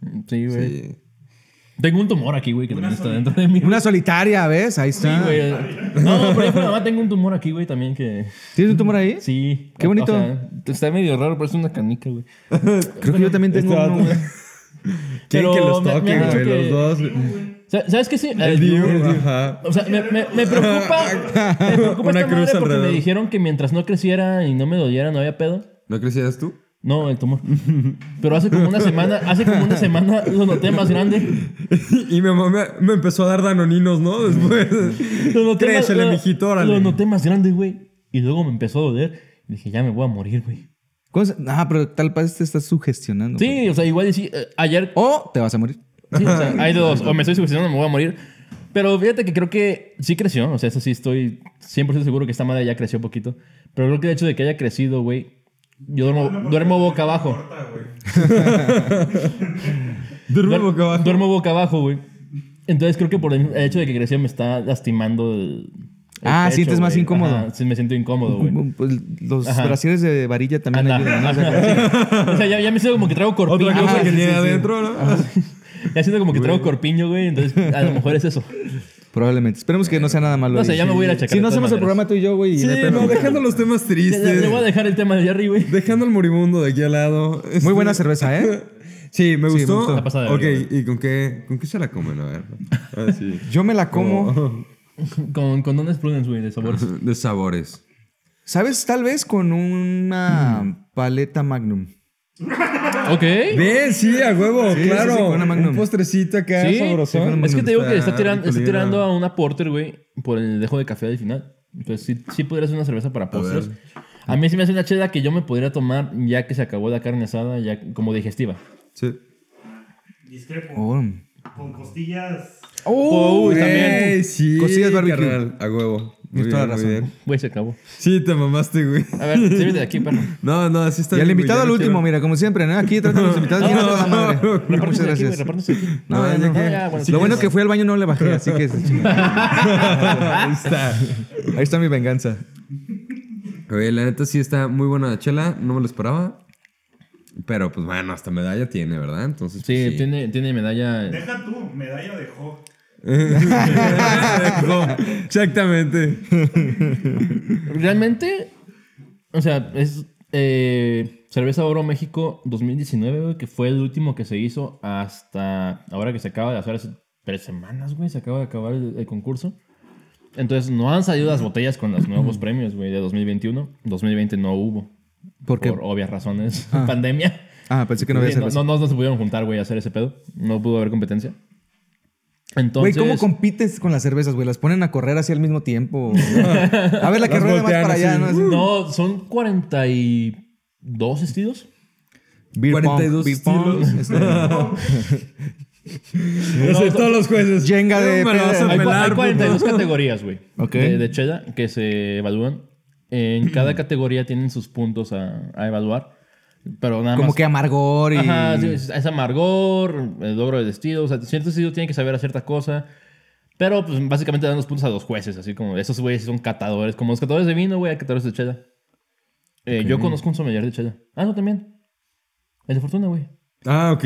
dentro. Sí, güey. Sí. Tengo un tumor aquí, güey, que también está dentro de mí. Una solitaria, ¿ves? Ahí Sí, está. güey. No, pero yo con la mamá tengo un tumor aquí, güey, también que. ¿Tienes un tumor ahí? Sí. Qué O- bonito. o sea, está medio raro, pero es una canica, güey. Creo que yo también tengo Este uno, vato- güey. Quieren Pero que los me- me han toquen, dicho güey, que- los dos. Sa- ¿Sabes qué? Sí, el Diu, Diu. ajá. O sea, me, me- me preocupa. Me preocupa Una esta cruz madre porque me alrededor. dijeron que mientras no creciera y no me doliera, no había pedo. ¿No crecieras tú? No, el tumor. Pero hace como una semana, hace como una semana lo noté más grande. Y mi mamá me, me empezó a dar danoninos, ¿no? Después. Lo noté más- Créchale, lo- mijito, órale. Lo noté más grande, güey. Y luego me empezó a doler. Y dije, ya me voy a morir, güey. ¿Cómo se- Ah, pero tal vez te estás sugestionando. Sí, o sea, igual y sí, eh, ayer. O te vas a morir. sí, o sea, hay dos. O me estoy sugestionando o me voy a morir. Pero fíjate que creo que sí creció. O sea, eso sí estoy 100% seguro que esta madre ya creció poquito. Pero creo que el hecho de que haya crecido, güey. Yo duermo, duermo boca abajo. Corta, güey. Duerme Duer- boca abajo. Duermo boca abajo, güey. Entonces creo que por el hecho de que creció me está lastimando el. el Ah, ¿sientes más güey. incómodo? Ajá, sí, me siento incómodo, güey. Pues, los Ajá. brasieres de varilla también Anda. ayudan. ¿no? O sea, O sea, ya, ya me siento como que traigo corpiño. Otra cosa güey. que tiene adentro, ¿no? Ya siento como que traigo corpiño, güey. Entonces, a lo mejor es eso. Probablemente. Esperemos que no sea nada malo. No sé, Y ya me voy a ir a si- checar Si de no todas hacemos el maneras. programa tú y yo, güey. y Sí, no hay pedo, no, güey. dejando los temas Le, le- le voy a tristes. dejar el tema de Jerry, güey. Dejando al moribundo de aquí al lado. Este, Muy buena cerveza, ¿eh? Sí, me me gustó. gustó. Está pasada de ok, verga. ¿y con qué, con qué se la comen? A ver. Ah, sí. Yo me la como. Con, con dones prudence, güey, de sabores. De sabores. ¿Sabes? Tal vez con una paleta Magnum. Ok. Ve, sí, a huevo, sí, claro. sí, con una Magnum. un postrecito acá, Sí, sabrosón. es que te digo que está Está tirando, está ricolino. tirando a una porter, güey, por el dejo de café al final. Entonces, sí, sí podría ser una cerveza para postres. A, mí sí me hace una chela que yo me podría tomar ya que se acabó la carne asada, ya como digestiva. Sí. Discrepo. Oh. Con costillas. Oh, Güey, también. sí, Costillas barbecue. carnal, a huevo. Muy toda bien, la muy razón. bien. Güey, se acabó. Sí, te mamaste, güey. A ver, sírvete de aquí, perro. No, no, así está Y al bien, güey, invitado ya al no último, quiero- mira, como siempre, ¿no? Aquí tratan a los invitados bien a toda madre. Repártese Muchas de aquí, güey, gracias. repártese de aquí. No, No, ya no. que- Ah, bueno, sí, Lo bueno sí. que fui al baño no le bajé, así que se chingó. Ahí está. ahí está mi venganza. Güey, la neta sí está muy buena la chela, no me lo esperaba. Pero pues bueno, hasta medalla tiene, ¿verdad? Entonces, Sí, pues, Tiene, tiene medalla. Deja tú, medalla dejó. Exactamente. Realmente, o sea, es eh, Cerveza Oro México 2019, güey, que fue el último que se hizo hasta ahora que se acaba de hacer hace tres semanas, güey. Se acaba de acabar el, el concurso. Entonces, no han salido las botellas con los nuevos premios, güey, de 2021. 2020 no hubo. ¿Por qué? Por obvias razones. Pandemia. Ah, pensé que no había Sí, no, cerveza. no- no se pudieron juntar, güey, a hacer ese pedo. No pudo haber competencia. Güey, Entonces. ¿cómo compites con las cervezas, güey? ¿Las ponen a correr así al mismo tiempo? A ver, la que Las rueda más voltean para allá, así. ¿no? Así. No, son 42 estilos. Beer pong, 42 beer pong, estilos. este, Yo sé todos los jueces. Jenga de No me lo vas a piedra. Hay, cua- hay pelar, 42 categorías, güey. Ok. De, de chela que se evalúan. En Mm. cada categoría tienen sus puntos a, a evaluar. Pero nada Como más. que amargor y... Ajá, sí, es, es amargor, el logro del estilo. O sea, cierto estilo tiene que saber a cierta cosa. Pero, pues, básicamente dan los puntos a los jueces. Así como, esos güeyes son catadores. Como los catadores de vino, güey, hay catadores de chela. Eh, Yo conozco un sommelier de chela. Ah, no, también. El de Fortuna, güey. Ah, ok.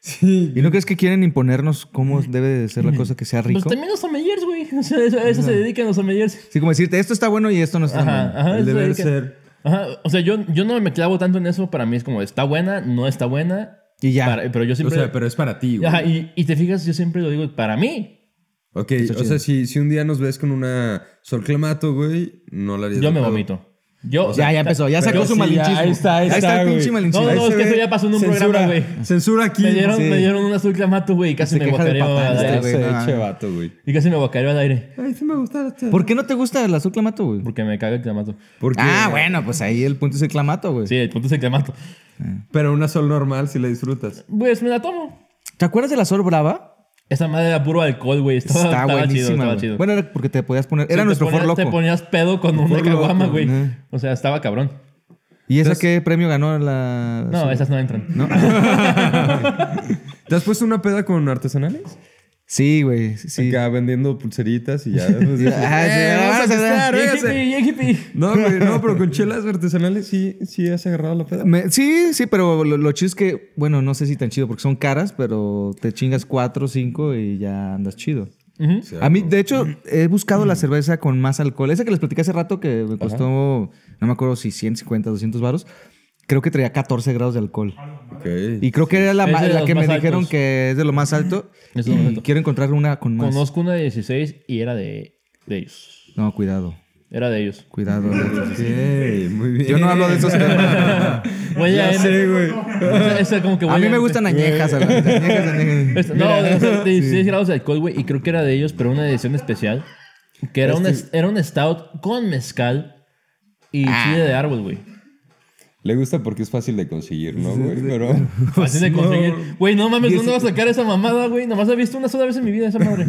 Sí. ¿Y no crees que quieren imponernos cómo debe de ser la cosa que sea Pues rico? también los sommeliers, güey. O sea, eso, a eso se dedican los sommeliers. Sí, como decirte, esto está bueno y esto no está Ajá, bueno. ajá, El eso deber es que- ser. Ajá, o sea, yo, yo no me clavo tanto en eso. Para mí es como, está buena, no está buena. Y ya. Para- pero yo O siempre... sea, pero es para ti, güey. Ajá, y, y te fijas, yo siempre lo digo, para mí, Ok, Está o sea, chido. si, si un día nos ves con una Sol Clamato, güey, no la harías. yo de me pedo. vomito. Yo, Ya, ya empezó, ya pero sacó yo su sí, malinchismo. ahí está, ahí está el está, pinche güey. malinchismo. No, no, Ahí no, es se que ve eso ya pasó en un programa, güey. Censura aquí. Me dieron, Sí. me dieron un azul clamato, güey, y casi Se me queja de guacareo patadas, al este aire. güey. Ese no. che vato, güey. Y casi me guacareo al aire. Ay, sí me gusta este. ¿Por qué no te gusta el azul clamato, güey? Porque me caga el clamato. Porque, Ah, bueno, pues ahí el punto es el clamato, güey. Sí, el punto es el clamato. Pero una Sol normal si la disfrutas. Pues me la tomo. ¿Te acuerdas de la Sor Brava? Esa madre era puro alcohol, güey. Estaba, está estaba chido, buenísima, estaba güey. chido. Bueno, era porque te podías poner... Era Sí, te nuestro for ponías- loco. Te ponías pedo con una Ford Loco, caguama, güey. ajá. O sea, estaba cabrón. ¿Y esa qué premio ganó la...? No, esas no entran. ¿Te has puesto una peda con artesanales? Sí, güey, sí. Acá vendiendo pulseritas y ya. después dices, Ah, sí, "Eh, vamos vamos a a pistear, hacer- véngase". Yijipi, yijipi. No, güey, no, pero con chelas artesanales sí, sí has agarrado la peda. Me- sí, sí, pero lo, lo chido es que, bueno, no sé si tan chido porque son caras, pero te chingas cuatro o cinco y ya andas chido. Ujú. A mí, de hecho, he buscado la cerveza con más alcohol. Esa que les platicé hace rato que me costó, no me acuerdo si 150, 200 varos. Creo que traía 14 grados de alcohol. Ok. Y creo que era la, Es ma- de la los que me más dijeron altos. que es de lo más alto. Es de lo más y alto. quiero encontrar una con más. Conozco una de 16 y era de, de ellos. No, cuidado. Era de ellos. Cuidado. Ok, muy bien. Yo no hablo de esos temas. Güey, ya, Ya en- sé, güey. esa- esa como que A mí huele- me gustan añejas. a la- añejas, añejas. Esta- no, de de 16 grados de alcohol, güey. Y creo que era de ellos, pero una edición especial. Este Ah. Que era, un, era un stout con mezcal y chile de árbol, güey. Le gusta porque es fácil de conseguir, ¿no, güey? Pero. Fácil de conseguir. Güey, no mames, ¿dónde vas a sacar esa mamada, güey? Nomás he visto una sola vez en mi vida esa madre.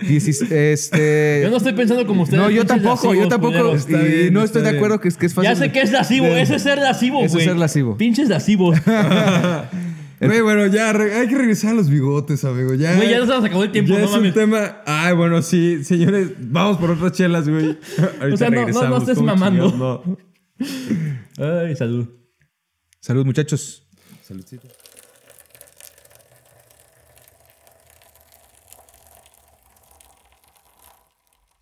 Diecis- este... Yo no estoy pensando como ustedes. No, yo pinches tampoco, yo lascivos, tampoco. culeros. Y Está bien, no está estoy de bien. acuerdo que es, que es fácil. Ya sé que es lascivo, ese es ser lascivo, güey. Eso es ser lascivo. Pinches lascivos. Güey, bueno, ya re- hay que regresar a los bigotes, amigo. Ya, Güey, ya se nos acabó el tiempo, Ya no es un mames. tema. Ay, bueno, sí, señores, vamos por otras chelas, güey. Ahorita O sea, no- no- no regresamos, estés ¿cómo mamando. chingados? No. Ay, salud. Salud, muchachos.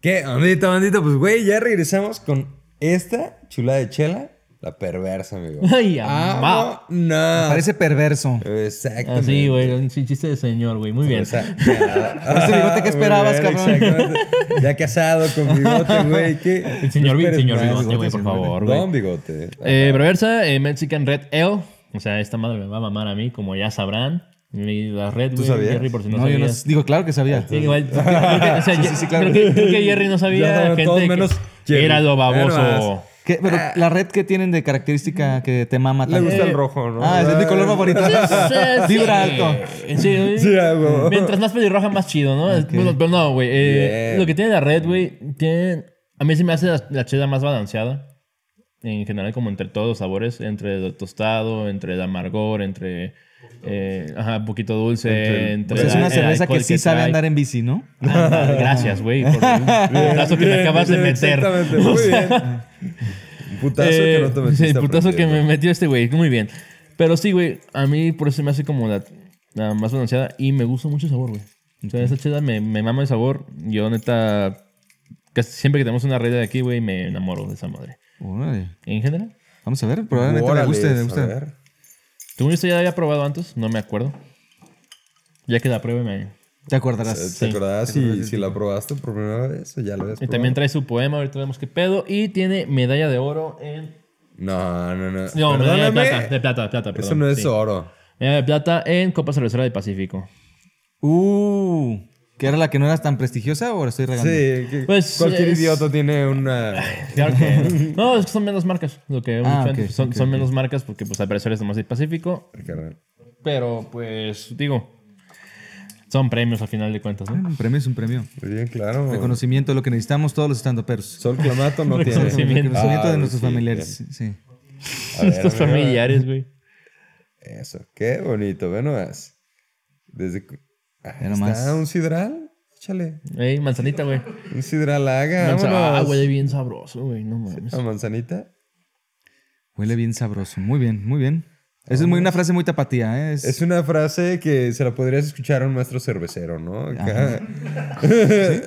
¿Qué? Bandita, bandita, pues, güey, ya regresamos con esta chulada de chela. La perversa, amigo. Ay, amá. ah, no. Parece perverso. Exacto. Así, Ah, güey, un ch- chiste de señor, güey. Muy bien. este ese Ah, bigote que esperabas, cabrón. Ya casado con bigote, güey. ¿qué? Ah, El señor, No bi- esperes señor más, bigote, güey, por favor, güey. Don bigote. Eh, Braversa, eh, Mexican Red Ale. O sea, esta madre me va a mamar a mí, como ya sabrán. Y la red, güey. sabías? Jerry, por si no, No, yo no sabías. digo, claro que sabía. Sí, igual. creo que- o sea, yo- creo que- creo que Jerry no Ya sabía. saben gente todos que menos Jerry. era lo Eras. baboso. ¿Qué? Pero la red que tienen de característica que te mama Le tanto. gusta el rojo, ¿no? Ah, ese es mi color favorito. Vibra alto. Sí, güey. Sí, ah, güey. Mientras más pelirroja, más chido, ¿no? Bueno, pero no, güey. eh, Bien. Lo que tiene la red, güey, tiene... A mí se me hace la, la cheda más balanceada. En general, como entre todos los sabores. Entre el tostado, entre el amargor, entre... eh, ajá, un poquito dulce. Entre, Pues es la- una el cerveza alcohol que sí sabe trae. andar en bici, ¿no? Ándale, gracias, güey, por el putazo que me Bien, acabas de bien, meter. Exactamente, muy bien. Un putazo que no te Eh, metiste El putazo que me aprendiendo. metió este güey. Muy bien. Pero sí, güey. A mí por eso se me hace como la, la más balanceada. Y me gusta mucho el sabor, güey. O sea, esa cheda me, me mama el sabor. Yo, neta, casi siempre que tenemos una red de aquí, güey, me enamoro de esa madre. Órale. En general. Vamos a ver, probablemente me Órale, guste, me a guste. ver. Según yo, esto ya la había probado antes. No me acuerdo. Ya que la pruebe, me... Te acordarás. ¿Te acordás si, si la probaste por primera vez o ya la habías Y probado? también trae su poema. Ahorita vemos qué pedo. Y tiene medalla de oro en... No, no, no. No, medalla Perdóname. de plata. De plata, de plata, perdón. Eso no es sí. oro. Medalla de plata en Copa Cervecera del Pacífico. Uh, que era la que no era tan prestigiosa o la estoy Sí, regando. que- Pues, cualquier es- idiota tiene una. Claro que no. No, es que son menos marcas. Lo que hemos Ah, dicho ok, antes, son, ok, son menos marcas porque, pues, al parecer es nomás del Pacífico. Pero, pues, digo, son premios al final de cuentas, ¿no? Ah, Un premio es un premio. Muy bien, claro. Reconocimiento de lo que necesitamos todos los estandoperos. Sol Clamato no tiene. Reconocimiento. Bien. Reconocimiento Ah, de nuestros sí, familiares. Sí. A ver, Estos mira. familiares, güey. Eso, qué bonito. Ve nomás. Desde. cu- Ah, Ve ¿está nomás. un sidral? Échale. Ey, manzanita, güey. Un sidral haga. Manza- Ah, vámonos. güey, bien sabroso, güey. No mames. Ah, ¿A manzanita? Huele bien sabroso. Muy bien, muy bien. Esa es muy, una frase muy tapatía. ¿eh? Es- Es una frase que se la podrías escuchar a un maestro cervecero, ¿no? Acá.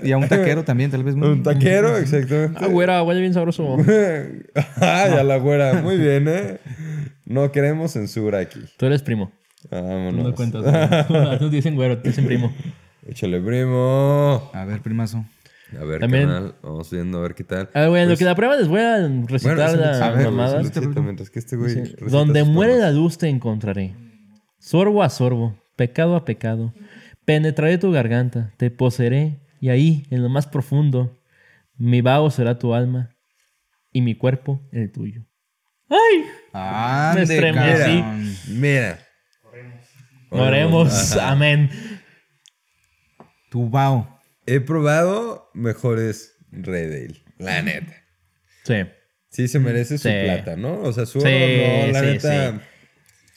Y a un taquero también, tal vez. muy- Un taquero, exactamente. Ah, güera, huele bien sabroso. Ay, a la güera. Muy bien, ¿eh? No queremos censura aquí. Tú eres primo. Vámonos. No cuentas, güey. Tú dicen güero, te dicen primo. Échale, primo. A ver, primazo. A ver, También- carnal, Vamos viendo, a ver qué tal. Ah, güey, Pues, lo que la prueba les voy a recitar Bueno, eso la a ver, mamada. eso recita, mientras que este güey recita Donde sus muere poemas. la luz te encontraré. Sorbo a sorbo, pecado a pecado. Penetraré tu garganta, te poseeré, y ahí, en lo más profundo, mi vaho será tu alma y mi cuerpo el tuyo. ¡Ay! Me Ande, estremecí. cabrón. Mira. Oremos, amén. Tu bao. He probado mejores Red Ale. La neta. Sí, Sí, se merece su Sí. plata, ¿no? O sea, su Sí, oro, no, la sí, neta.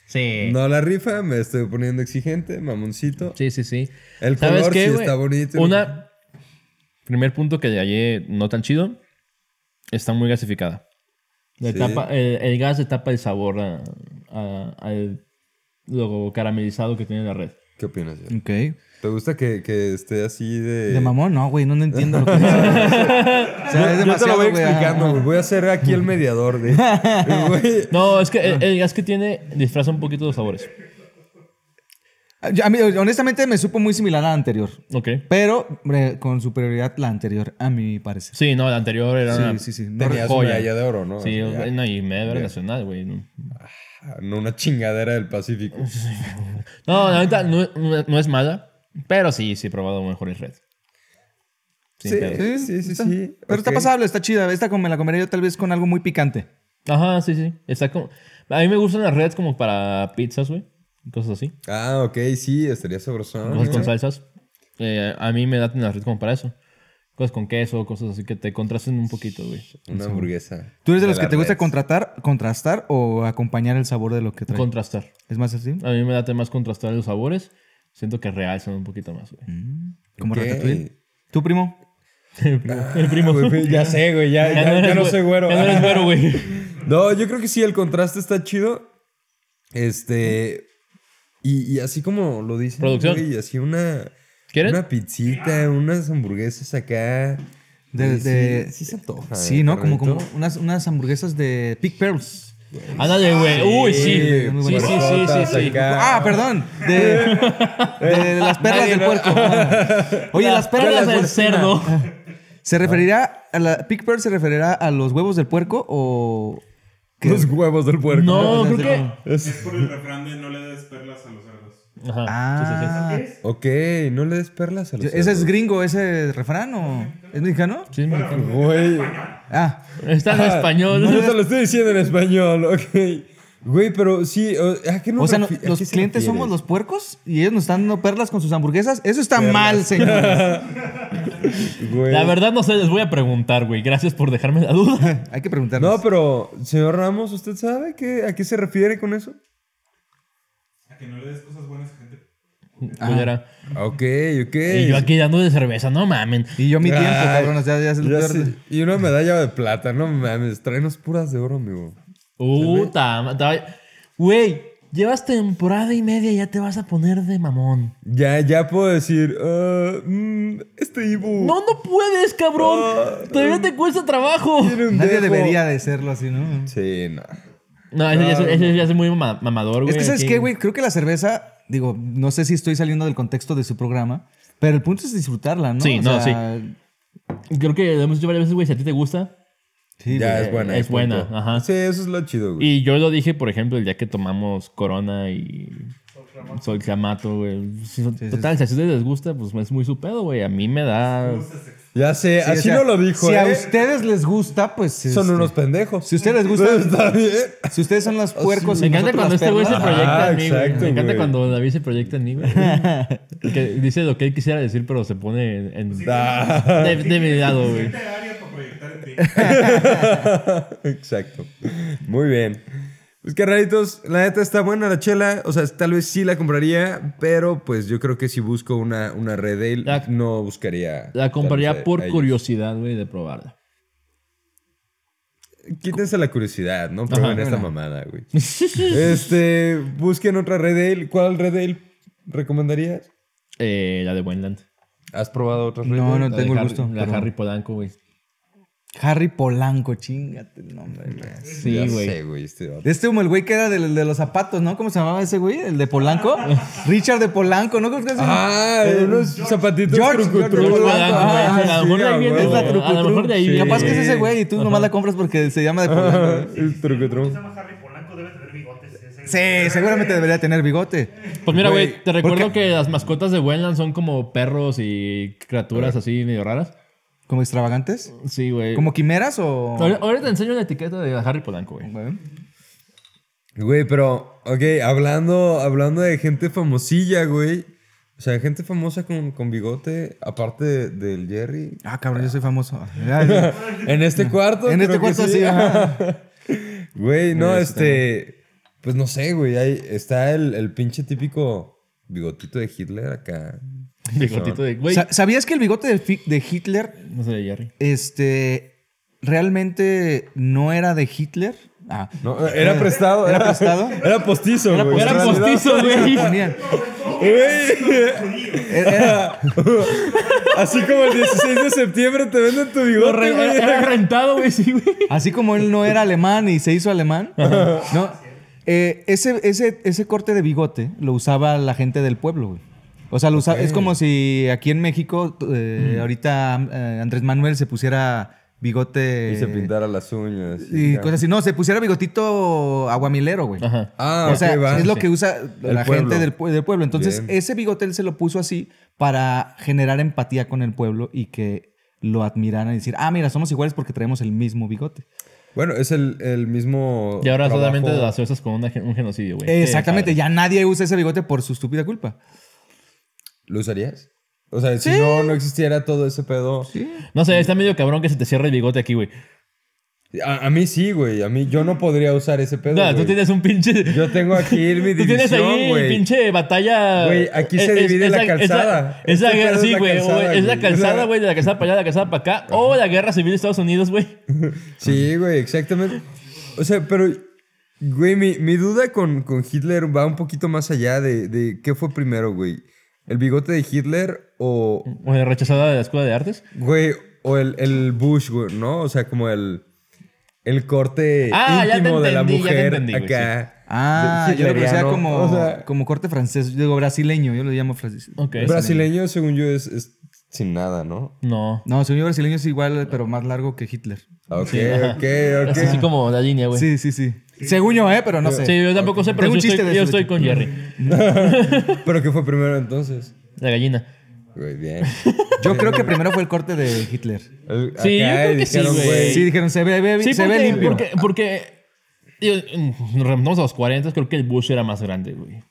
sí. No la rifa, me estoy poniendo exigente, mamoncito. Sí, sí, sí. El ¿Sabes color qué, sí güey? está bonito. Una. Primer punto que hallé no tan chido. Está muy gasificada. Le Sí. tapa- el, el gas le tapa el sabor a- a- al lo caramelizado que tiene la red. ¿Qué opinas? Jerry? Ok. ¿Te gusta que, que esté así de. De mamón, no, güey, no, no entiendo lo que dice. o Yo- sea, es yo te demasiado, lo voy güey, explicando, ajá. güey. Voy a ser aquí el mediador de. Güey, No, es que el, el gas que tiene disfraza un poquito los sabores. Yo- a mí, honestamente, me supo muy similar a la anterior. Ok. Pero hombre, con superioridad la anterior, a mi parecer. Sí, no, la anterior era Sí, una. sí, sí. No Tenías joya. una medalla de oro, ¿no? Sí, O sea, no, y me nacional, güey. No, no una chingadera del Pacífico. No, la neta no, no- no es mala, pero sí, sí he probado mejores red. Sin Sí, pedos. sí, sí, sí. Pero está ok. pasable, está chida. Esta como me la comería yo tal vez con algo muy picante. Ajá, sí, sí. Está como... A mí me gustan las redes como para pizzas, güey. y Cosas así. Ah, ok, sí, estaría sabroso. Cosas con ¿eh? salsas. Eh, a mí me dan las redes como para eso. Cosas con queso, cosas así que te contrasten un poquito, güey. Una hamburguesa. ¿Tú eres de los la que te gusta red. contratar, contrastar o acompañar el sabor de lo que trae? Contrastar. ¿Es más así? A mí me da más contrastar los sabores. Siento que realzan un poquito más, güey. ¿Como Ok. ratatouille? ¿Tú, primo? El primo. El primo. Ah, Güey, Ya sé, güey, ya, ya, ya eres no güe- soy güero. Ya no eres güero, güey. No, yo creo que sí, el contraste está chido. Este. Y, y así como lo dicen. Producción. güey, así una. ¿Quieres? Una pizzita, unas hamburguesas acá. De- Sí, de- sí, sí se antoja. Sí, ¿eh, ¿no? Como, como carnalito? unas, unas hamburguesas de Pig Pearls. Ándale, güey. Uy, sí. Sí, Sí, sí, sí, sí, puercotas sí. acá. Ah, perdón. De, de las perlas del puerco. Oye, las perlas del cerdo. ¿Se referirá a la Pig Pearls se referirá a los huevos del puerco o Los huevos del puerco. No, creo que. Es por el refrán de no le des perlas a los cerdos. Ajá. Ah. ¿Qué es? Ok, no le des perlas a los. ese es gringo ese refrán o es mexicano? Sí, sí, sí. cerdos. Güey. Ah, Está en Ah, español. Yo te lo estoy diciendo en español, ok. Güey, pero sí. o- ¿A qué nos o sea, no- refi- a los qué se clientes refiere? somos los puercos y ellos nos están dando perlas con sus hamburguesas. Eso está mal, señor. Güey. La verdad no sé, les voy a preguntar, güey. Gracias por dejarme la duda. Hay que preguntarles. No, pero, señor Ramos, ¿usted sabe qué, a qué se refiere con eso? A que no le des cosas buenas a gente. Culera. Ok, ok. Y yo aquí dando de cerveza, no mamen. Y yo mi tiempo, Ay, cabrones, ya, ya se lo ya pierdo. sé. Y una medalla de plata, no mames. Tráenos puras de oro, amigo. Puta, ma- ta- güey, llevas temporada y media y ya te vas a poner de mamón. Ya, ya puedo decir, ah, mm, este Ibu No, no puedes, cabrón. Todavía te cuesta trabajo. tiene un Nadie dejo. debería de serlo así, ¿no? Sí, no. No, ese, ya, es, ese ya es muy ma- mamador, güey. Es que, ¿sabes aquí. qué, güey? Creo que la cerveza, digo, no sé si estoy saliendo del contexto de su programa, pero el punto es disfrutarla, ¿no? Sí, no, sí. Creo que lo hemos dicho varias veces, güey, si a ti te gusta. ya güey, es buena. es buena, punto. ajá. Sí, eso es lo chido, güey. Y yo lo dije, por ejemplo, el día que tomamos Corona y Sol Clamato, güey. Si- Total, si a ustedes les gusta, pues es muy su pedo, güey. A mí me da... Ya sé, así no lo dijo, Si a ¿eh? ustedes les gusta, pues. Son este, unos pendejos. Si a ustedes les gusta- Está bien. Si ustedes son los puercos. Me y encanta cuando nosotros este güey las se perlas, proyecta Ah, en mí, güey. exacto, Me encanta güey. cuando David se proyecta en mí, güey. que dice lo que él quisiera decir, pero se pone en, en- Ah, de, de mi lado, güey. Siente Este área para proyectar en ti. Exacto. Muy bien. Pues carnalitos, la neta está buena la chela. O sea, tal vez sí la compraría, pero pues yo creo que si busco una, una red ale, La- no buscaría. La compraría darles a- a por ellos. curiosidad, güey, de probarla. Quítense la curiosidad, ¿no? Prueben esta bueno. mamada, güey. este, busquen otra red ale. ¿Cuál red ale recomendarías? Eh, la de Wendland. ¿Has probado otra red No, ale? no La tengo de el Harry- gusto. La pero- Harry Polanco, güey. Harry Polanco, chingate el nombre. güey. Sí, Ya güey. sé, güey. Este vato. De este como el güey que era del de los zapatos, ¿no? ¿Cómo se llamaba ese güey? El de Polanco. Richard de Polanco, ¿no? ¿Cómo se llama? Ah, unos zapatitos eh, George, trucutru. George Polanco, Ah, güey. A lo sí, mejor de ahí a viene, huevo. güey. a lo mejor de ahí viene. Capaz que es ese güey y tú nomás la compras porque se llama de Polanco. güey. El trucutru. Se llama Harry Polanco, debe tener bigotes. ¿eh? ese- Sí, seguramente debería tener bigote. Pues mira, güey, te Güey, recuerdo porque- que las mascotas de Wendland son como perros y criaturas así medio raras. ¿Como extravagantes? Sí, güey. ¿Como quimeras o...? Ahora ahora te enseño la etiqueta de Harry Polanco, güey. Güey. Güey, pero, ok, hablando, hablando de gente famosilla, güey. O sea, gente famosa con, con bigote, aparte de- del Jerry. Ah, cabrón, yo soy famoso. Ya, ya. En este cuarto. en este creo que cuarto sí. ajá. Güey, no, este. Pues no sé, güey. Ahí está el, el pinche típico bigotito de Hitler acá. Bigotito de güey. Sa- ¿Sabías que el bigote de, Fi- de Hitler, No sé, de Jerry. este, realmente no era de Hitler? Ah, No, era prestado. ¿Era prestado? Era postizo, güey. Era En realidad- postizo, güey. Ponían. Güey. Eh, Así como el 16 de septiembre te venden tu Lo bigote, re- güey. Era rentado, güey, sí, güey. Así como él no era alemán y se hizo alemán, ¿no? Eh, ese, ese, ese corte de bigote lo usaba la gente del pueblo, güey. O sea, lo usa- es como si aquí en México, eh, ahorita eh, Andrés Manuel se pusiera bigote. Y se pintara las uñas. Y ya. cosas así. No, se pusiera bigotito aguamilero, güey. Ajá. Ah, o sea, ok, va. es lo que usa la pueblo. gente del, pue- del pueblo. Entonces, Bien. ese bigote él se lo puso así para generar empatía con el pueblo y que lo admiraran y decir, ah, mira, somos iguales porque traemos el mismo bigote. Bueno, es el, el mismo. Y ahora trabajo- solamente las asocias con una gen- un genocidio, güey. Qué Exactamente, padre. ya nadie usa ese bigote por su estúpida culpa. ¿Lo usarías? O sea, si no, no existiera todo ese pedo. No sé, está medio cabrón que se te cierre el bigote aquí, güey. A, a mí sí, güey. A mí yo no podría usar ese pedo. No, tú güey. tienes un pinche. Yo tengo aquí mi Tú tienes división, ahí güey. pinche batalla. Güey, aquí se divide la calzada. Es la, Este guerra, pedo es sí, la güey. calzada, o Es la güey. calzada, güey, de la calzada para allá, de la calzada para acá. O la guerra civil de Estados Unidos, güey. Sí, güey, exactamente. O sea, pero, güey, mi, mi duda con, con Hitler va un poquito más allá de, de qué fue primero, güey. ¿El bigote de Hitler o, O la rechazada de la escuela de artes. güey, o el, el Bush, güey, no? O sea, como el, el corte Ah, ya te íntimo de la entendí, ya te mujer entendí, güey, acá. Ah, yo lo conocía Hitleriano. como, O sea, como corte francés, digo brasileño, yo lo llamo francés. Ok. brasileño, según yo, es, es sin nada, ¿no? No. No, según yo brasileño es igual, pero más largo que Hitler. Ah, Ok, ajá. ok, ok. Es así como la línea, güey. Sí. Sí, sí, sí. Según yo, ¿eh? Pero no sé. yo tampoco sé, pero Tengo yo un estoy, chiste de yo eso, estoy de con Jerry. ¿Pero qué fue primero entonces? La gallina. Güey, bien. Yo creo que primero fue el corte de Hitler. El- Sí, yo creo que sí, güey. Pues, Sí, dijeron, se ve, ve- Sí, se porque, ve limpio. porque, porque digo, mm, nos remontamos a los 40, creo que el Bush era más grande, güey.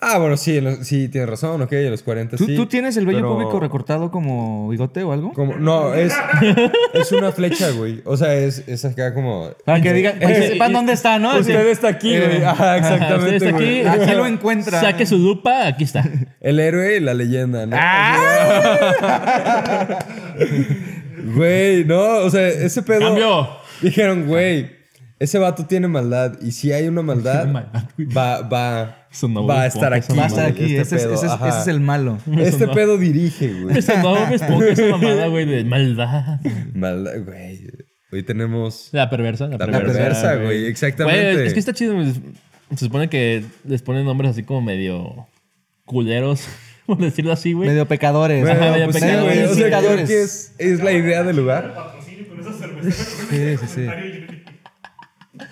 Ah, bueno, sí, en los- sí, tienes razón, ok, a los 40 ¿Tú, sí. tú tienes el vello pero- público recortado como bigote o algo? Como, no, es, es una flecha, güey. O sea, es, es acá como... eh, Para que digan, Pues para que sepan dónde está, ¿no? Usted Así. está aquí, Eh, güey. Ajá, Usted exactamente, está güey. aquí, eh. Aquí lo encuentra. Saque su lupa, aquí está. El héroe y la leyenda, ¿no? Ah. Güey, no, o sea, ese pedo... Cambio. Dijeron, güey, ese vato tiene maldad. Y si hay una maldad, Tiene maldad, güey. va, va, Es un nuevo va a estar enfoque, aquí. Va a estar güey, aquí. este ese, es, pedo, ese es- ajá. ese es el malo. Este pedo dirige, güey. Esa Este, no, me esponja, esa mamada, güey, de maldad. Maldad, güey. Hoy tenemos... La perversa, la, La perversa, güey, exactamente. Güey, es que este- está chido. güey. Se supone que les ponen nombres así como medio culeros, por decirlo así, güey. Medio pecadores. Bueno, medio pues sí, pecado. güey, o sea, creo Incitadores. que es, es la idea del lugar. Patrocinio con esa cerveza. Sí, sí, sí.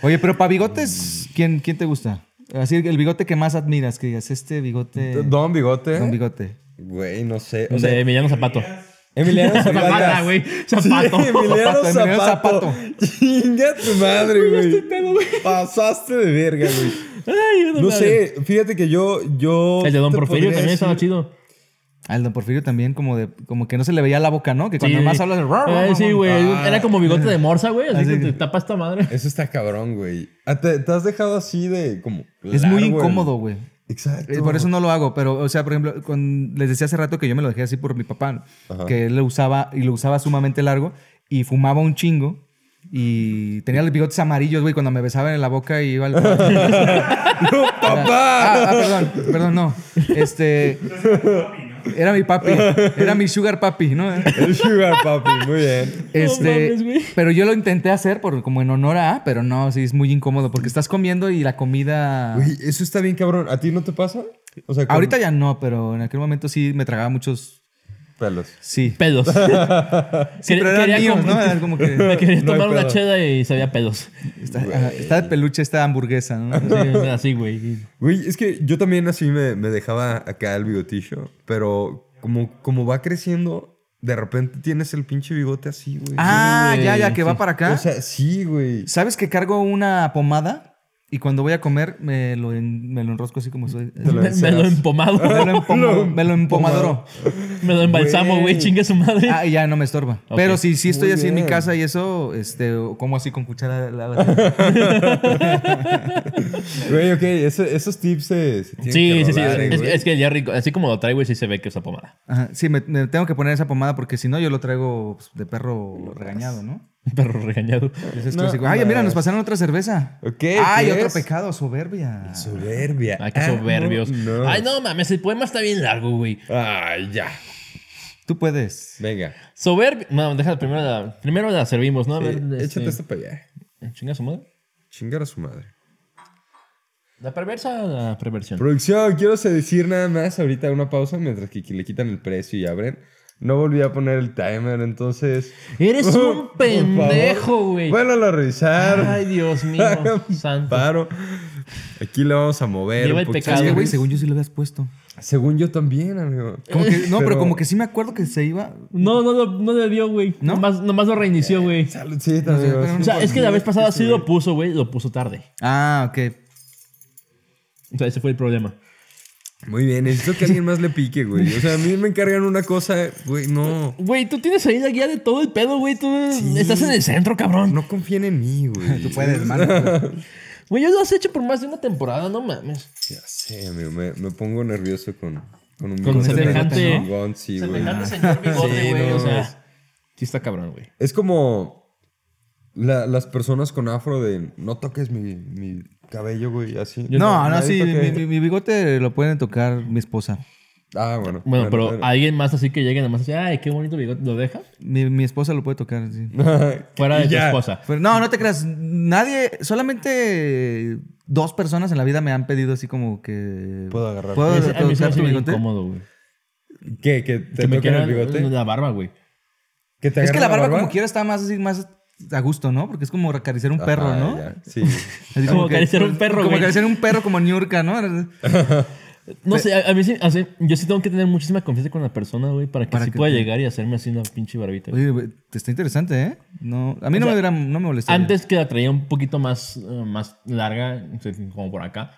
Oye, pero para bigotes, ¿quién, quién te gusta? Así el bigote que más admiras, que digas, este bigote. Don Bigote. Don bigote. Güey, no sé. O sea, De Emiliano Zapato. Emiliano Zapata, Zapata. güey. Sí, Zapato. Emiliano Zapato, Emiliano Zapato. Chinga tu madre, este güey. Pasaste de verga, güey. Ay, yo No mames. sé, fíjate que yo. yo Este El de Don te Porfirio podría también decir- estaba chido. Al Ah, don Porfirio también, como de, como que no se le veía la boca, ¿no? Que cuando más hablas de. Ay, sí, güey. Ah. Era como bigote de morsa, güey. Así, que te tapa esta madre. Eso está cabrón, güey. Ah, ¿Te, te has dejado así de como. Es muy largo, incómodo, güey. el- Exacto. Eh, Por eso no lo hago, pero, o sea, por ejemplo, con- les decía hace rato que yo me lo dejé así por mi papá, que él lo usaba y lo usaba sumamente largo y fumaba un chingo y tenía los bigotes amarillos, güey, cuando me besaban en la boca y iba al. ¡Papá! Ah, ah, perdón, perdón, no. Este. Era mi papi, era mi sugar papi, ¿no? El sugar papi, muy bien. Este, mames, güey. pero yo lo intenté hacer por, como en honor a, pero no, sí es muy incómodo porque estás comiendo y la comida. Güey, eso está bien cabrón. ¿A ti no te pasa? O sea, con Ahorita ya no, pero en aquel momento sí me tragaba muchos. pelos. Sí. Pedos. Sí, pero eran míos, ¿no? Eran como que. Me quería No hay tomar una pedo. cheda y sabía pedos. Está, ah, está de peluche esta hamburguesa, ¿no? Sí, o sea, así, güey. Güey, es que yo también así me, me dejaba acá el bigotillo, pero como, como va creciendo, de repente tienes el pinche bigote así, güey. Ah, güey, ya, ya, que sí. va para acá. O sea, sí, güey. ¿Sabes que cargo una pomada? Y cuando voy a comer, me lo, en- me lo enrosco así como soy. Te lo Me, me lo enceras. empomado. Me lo, empomo- me lo empomadoro. me lo embalsamo, güey. Chingue su madre. Ah, y ya no me estorba. Ok. Pero si, si estoy Muy así en mi bien. casa y eso, este, como así con cuchara. la- la- Güey, ok, eso- esos tips se, se tienen Sí, que sí, sí. rolar, Es, güey. es que ya rico, así como lo trae, güey, sí se ve que usa pomada. Ajá, sí, me, me tengo que poner esa pomada porque si no, yo lo traigo pues, de perro regañado, ¿no? Un perro regañado. Ese es No, clásico. Ay, mira, no. nos pasaron otra cerveza. Ok, Ay, ¿qué otro es? pecado, soberbia. Soberbia. Ay, qué Ah, soberbios. no, no. Ay, no mames, el poema está bien largo, güey. Ay, ya. Tú puedes. Venga. Soberbio. No, deja primero la, primero la servimos, ¿no? A Eh, ver, este, échate esta para allá. Chinga su madre. Chingar a su madre. La perversa, la perversión. Producción, quiero se- decir nada más ahorita una pausa mientras que le quitan el precio y abren. No volví a poner el timer, entonces. Eres un Por favor. pendejo, güey. Vuélvalo a revisar. Ay, Dios mío. Hagan santo. paro. Aquí lo vamos a mover. Lleva un el poquito. pecado. Es que, güey, según yo sí lo habías puesto. Según yo también, amigo. Como que- no, pero como que sí me acuerdo que se iba. No, no, no, no debió, güey. ¿No? Nomás, nomás lo reinició, güey. Salud, sí, también. pero sí. O sea, Pues, es que la vez pasada sí lo puso, güey. Lo puso tarde. Ah, ok. O sea, ese fue el problema. Muy bien, necesito que alguien más le pique, güey. O sea, a mí me encargan una cosa, güey, no. Güey, tú tienes ahí la guía de todo el pedo, güey. Tú estás en el centro, cabrón. No confíen en mí, güey. Tú puedes, mano. Güey, ya lo has hecho por más de una temporada, no mames. Ya sé, amigo, me, me pongo nervioso con, con un Con bigote semejante- tan chingón, sí, güey. Semejante señor bigote, Sí, güey. no, o sea, es- sí está cabrón, güey. Es como la- las personas con afro de no toques mi, mi cabello, güey, así. No, no, Nadie sí, toque- mi, mi- mi bigote lo pueden tocar mi esposa. Ah, bueno. Bueno, pero bueno. alguien más así que llegue nada más así, ay, qué bonito bigote, ¿lo deja? Mi, mi esposa lo puede tocar, sí. Fuera de Y tu ya. esposa. Pero no, no te creas. Nadie, solamente dos personas en la vida me han pedido así como que. Puedo agarrar. ¿Puedo A mí se- a mí se me tocar hace tu bien bigote? incómodo, güey. ¿Qué? ¿Que te Que me toquen el quieran bigote? la barba, güey. ¿Que te Es que agarren la barba, como quiera está más así, más a gusto, ¿no? Porque es como acariciar un perro, Ajá, ¿no? ya, Sí. Así Como acariciar un perro, Como güey. acariciar un perro como Niurka, ¿no? No sé, a, a mí sí, a sí- yo sí tengo que tener muchísima confianza con la persona, güey, para que Para sí que pueda te- llegar y hacerme así una pinche barbita. güey. Oye, güey, te está interesante, ¿eh? No, a mí no, me hubiera- no me molestaría. Antes que la traía un poquito más, eh, más larga, o sea, como por acá.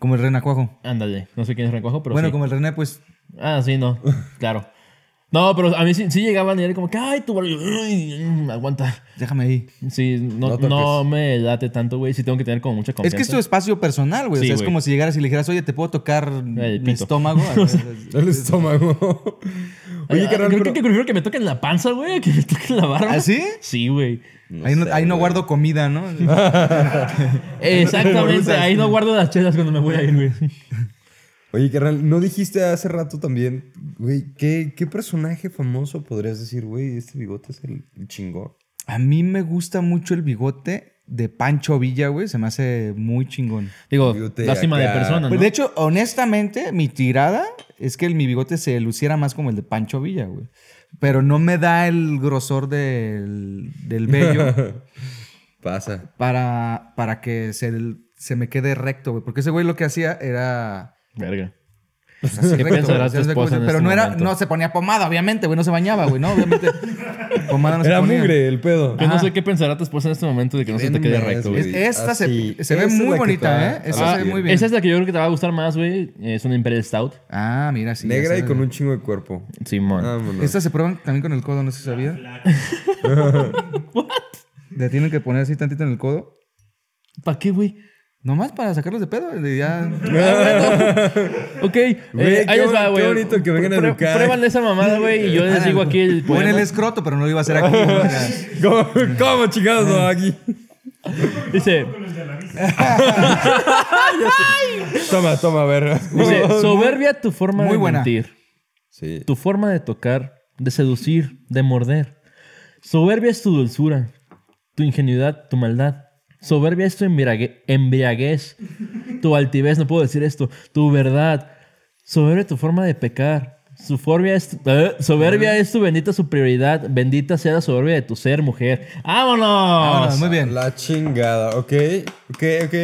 Como el renacuajo. Ándale, no sé quién es Rencuajo, pero Bueno, sí. como el René, pues. Ah, sí, no, claro. No, pero a mí sí, sí llegaban y era como que, ay, tu barba, Uy, mm, aguanta. Déjame ahí. Sí, No no, toques. no me late tanto, güey. Sí tengo que tener como mucha Es confianza. que es tu espacio personal, güey. o Sí, sea, es güey. como si llegaras y le dijeras, oye, ¿te puedo tocar el pito. estómago? El estómago. Oye, Oye, carnal, creo pero- que, que prefiero que me toquen la panza, güey, a que me toquen la barba. ¿Ah, sí? Sí, güey. ahí no, ahí no guardo comida, ¿no? Exactamente, ahí no guardo las chelas cuando me voy a ir, güey. Oye, carnal, ¿no dijiste hace rato también, güey, qué, qué personaje famoso podrías decir, güey, este bigote es el, el chingón? A mí me gusta mucho el bigote de Pancho Villa, güey. Se me hace muy chingón. Digo, Bigote lástima de acá. persona, Ah, ¿no? Pues, de hecho, honestamente, mi tirada es que el- mi bigote se luciera más como el de Pancho Villa, güey. Pero no me da el grosor del, del vello Pasa. para, para que se, se me quede recto, güey. Porque ese güey lo que hacía era... Verga. pues, así ¿Qué recto, pensará güey. tu ¿Sabes cómo esposa se- en Pero este no, era, momento? no se ponía pomada, obviamente, güey. No se bañaba, güey, ¿no? Obviamente. Pomada no se Era ponía. mugre el pedo. Yo no sé qué pensará tu esposa en este momento de que no se te Ven quede más, recto, güey. güey. Es- esta Así. se, se ve Esa es la muy que bonita, está ¿eh? Esa a se la ve muy bien. Esa es la que yo creo que te va a gustar más, güey. Es una Imperial Stout. Ah, mira, sí. Negra esa y es- con un chingo de cuerpo. Simón. Vámonos. Estas se prueban también con el codo, no sé si sabía. Le tienen que poner así tantito en el codo. ¿Para qué, güey? Nomás para sacarlos de pedo. y Ya. Ok, eh, Güey, ahí qué les bon- va, güey. qué bonito que vengan a Prue- educar. Pruébanle esa mamada, güey, y yo Ah, les digo aquí el Pon el poema. escroto, pero no lo iba a hacer aquí. ¿no? Era- ¿Cómo, cómo chingados no aquí? Dice, Toma, toma, a ver. dice, soberbia tu forma Muy de buena. mentir, Sí. tu forma de tocar, de seducir, de morder. Soberbia es tu dulzura, tu ingenuidad, tu maldad. Soberbia es tu embriague- embriaguez, tu altivez, no puedo decir esto, tu verdad. Soberbia tu forma de pecar. Soberbia es, tu, eh, soberbia es tu bendita superioridad. Bendita sea la soberbia de tu ser, mujer. Vámonos, ¡Vámonos! Ah, muy bien. La chingada, ok. Ok, ok.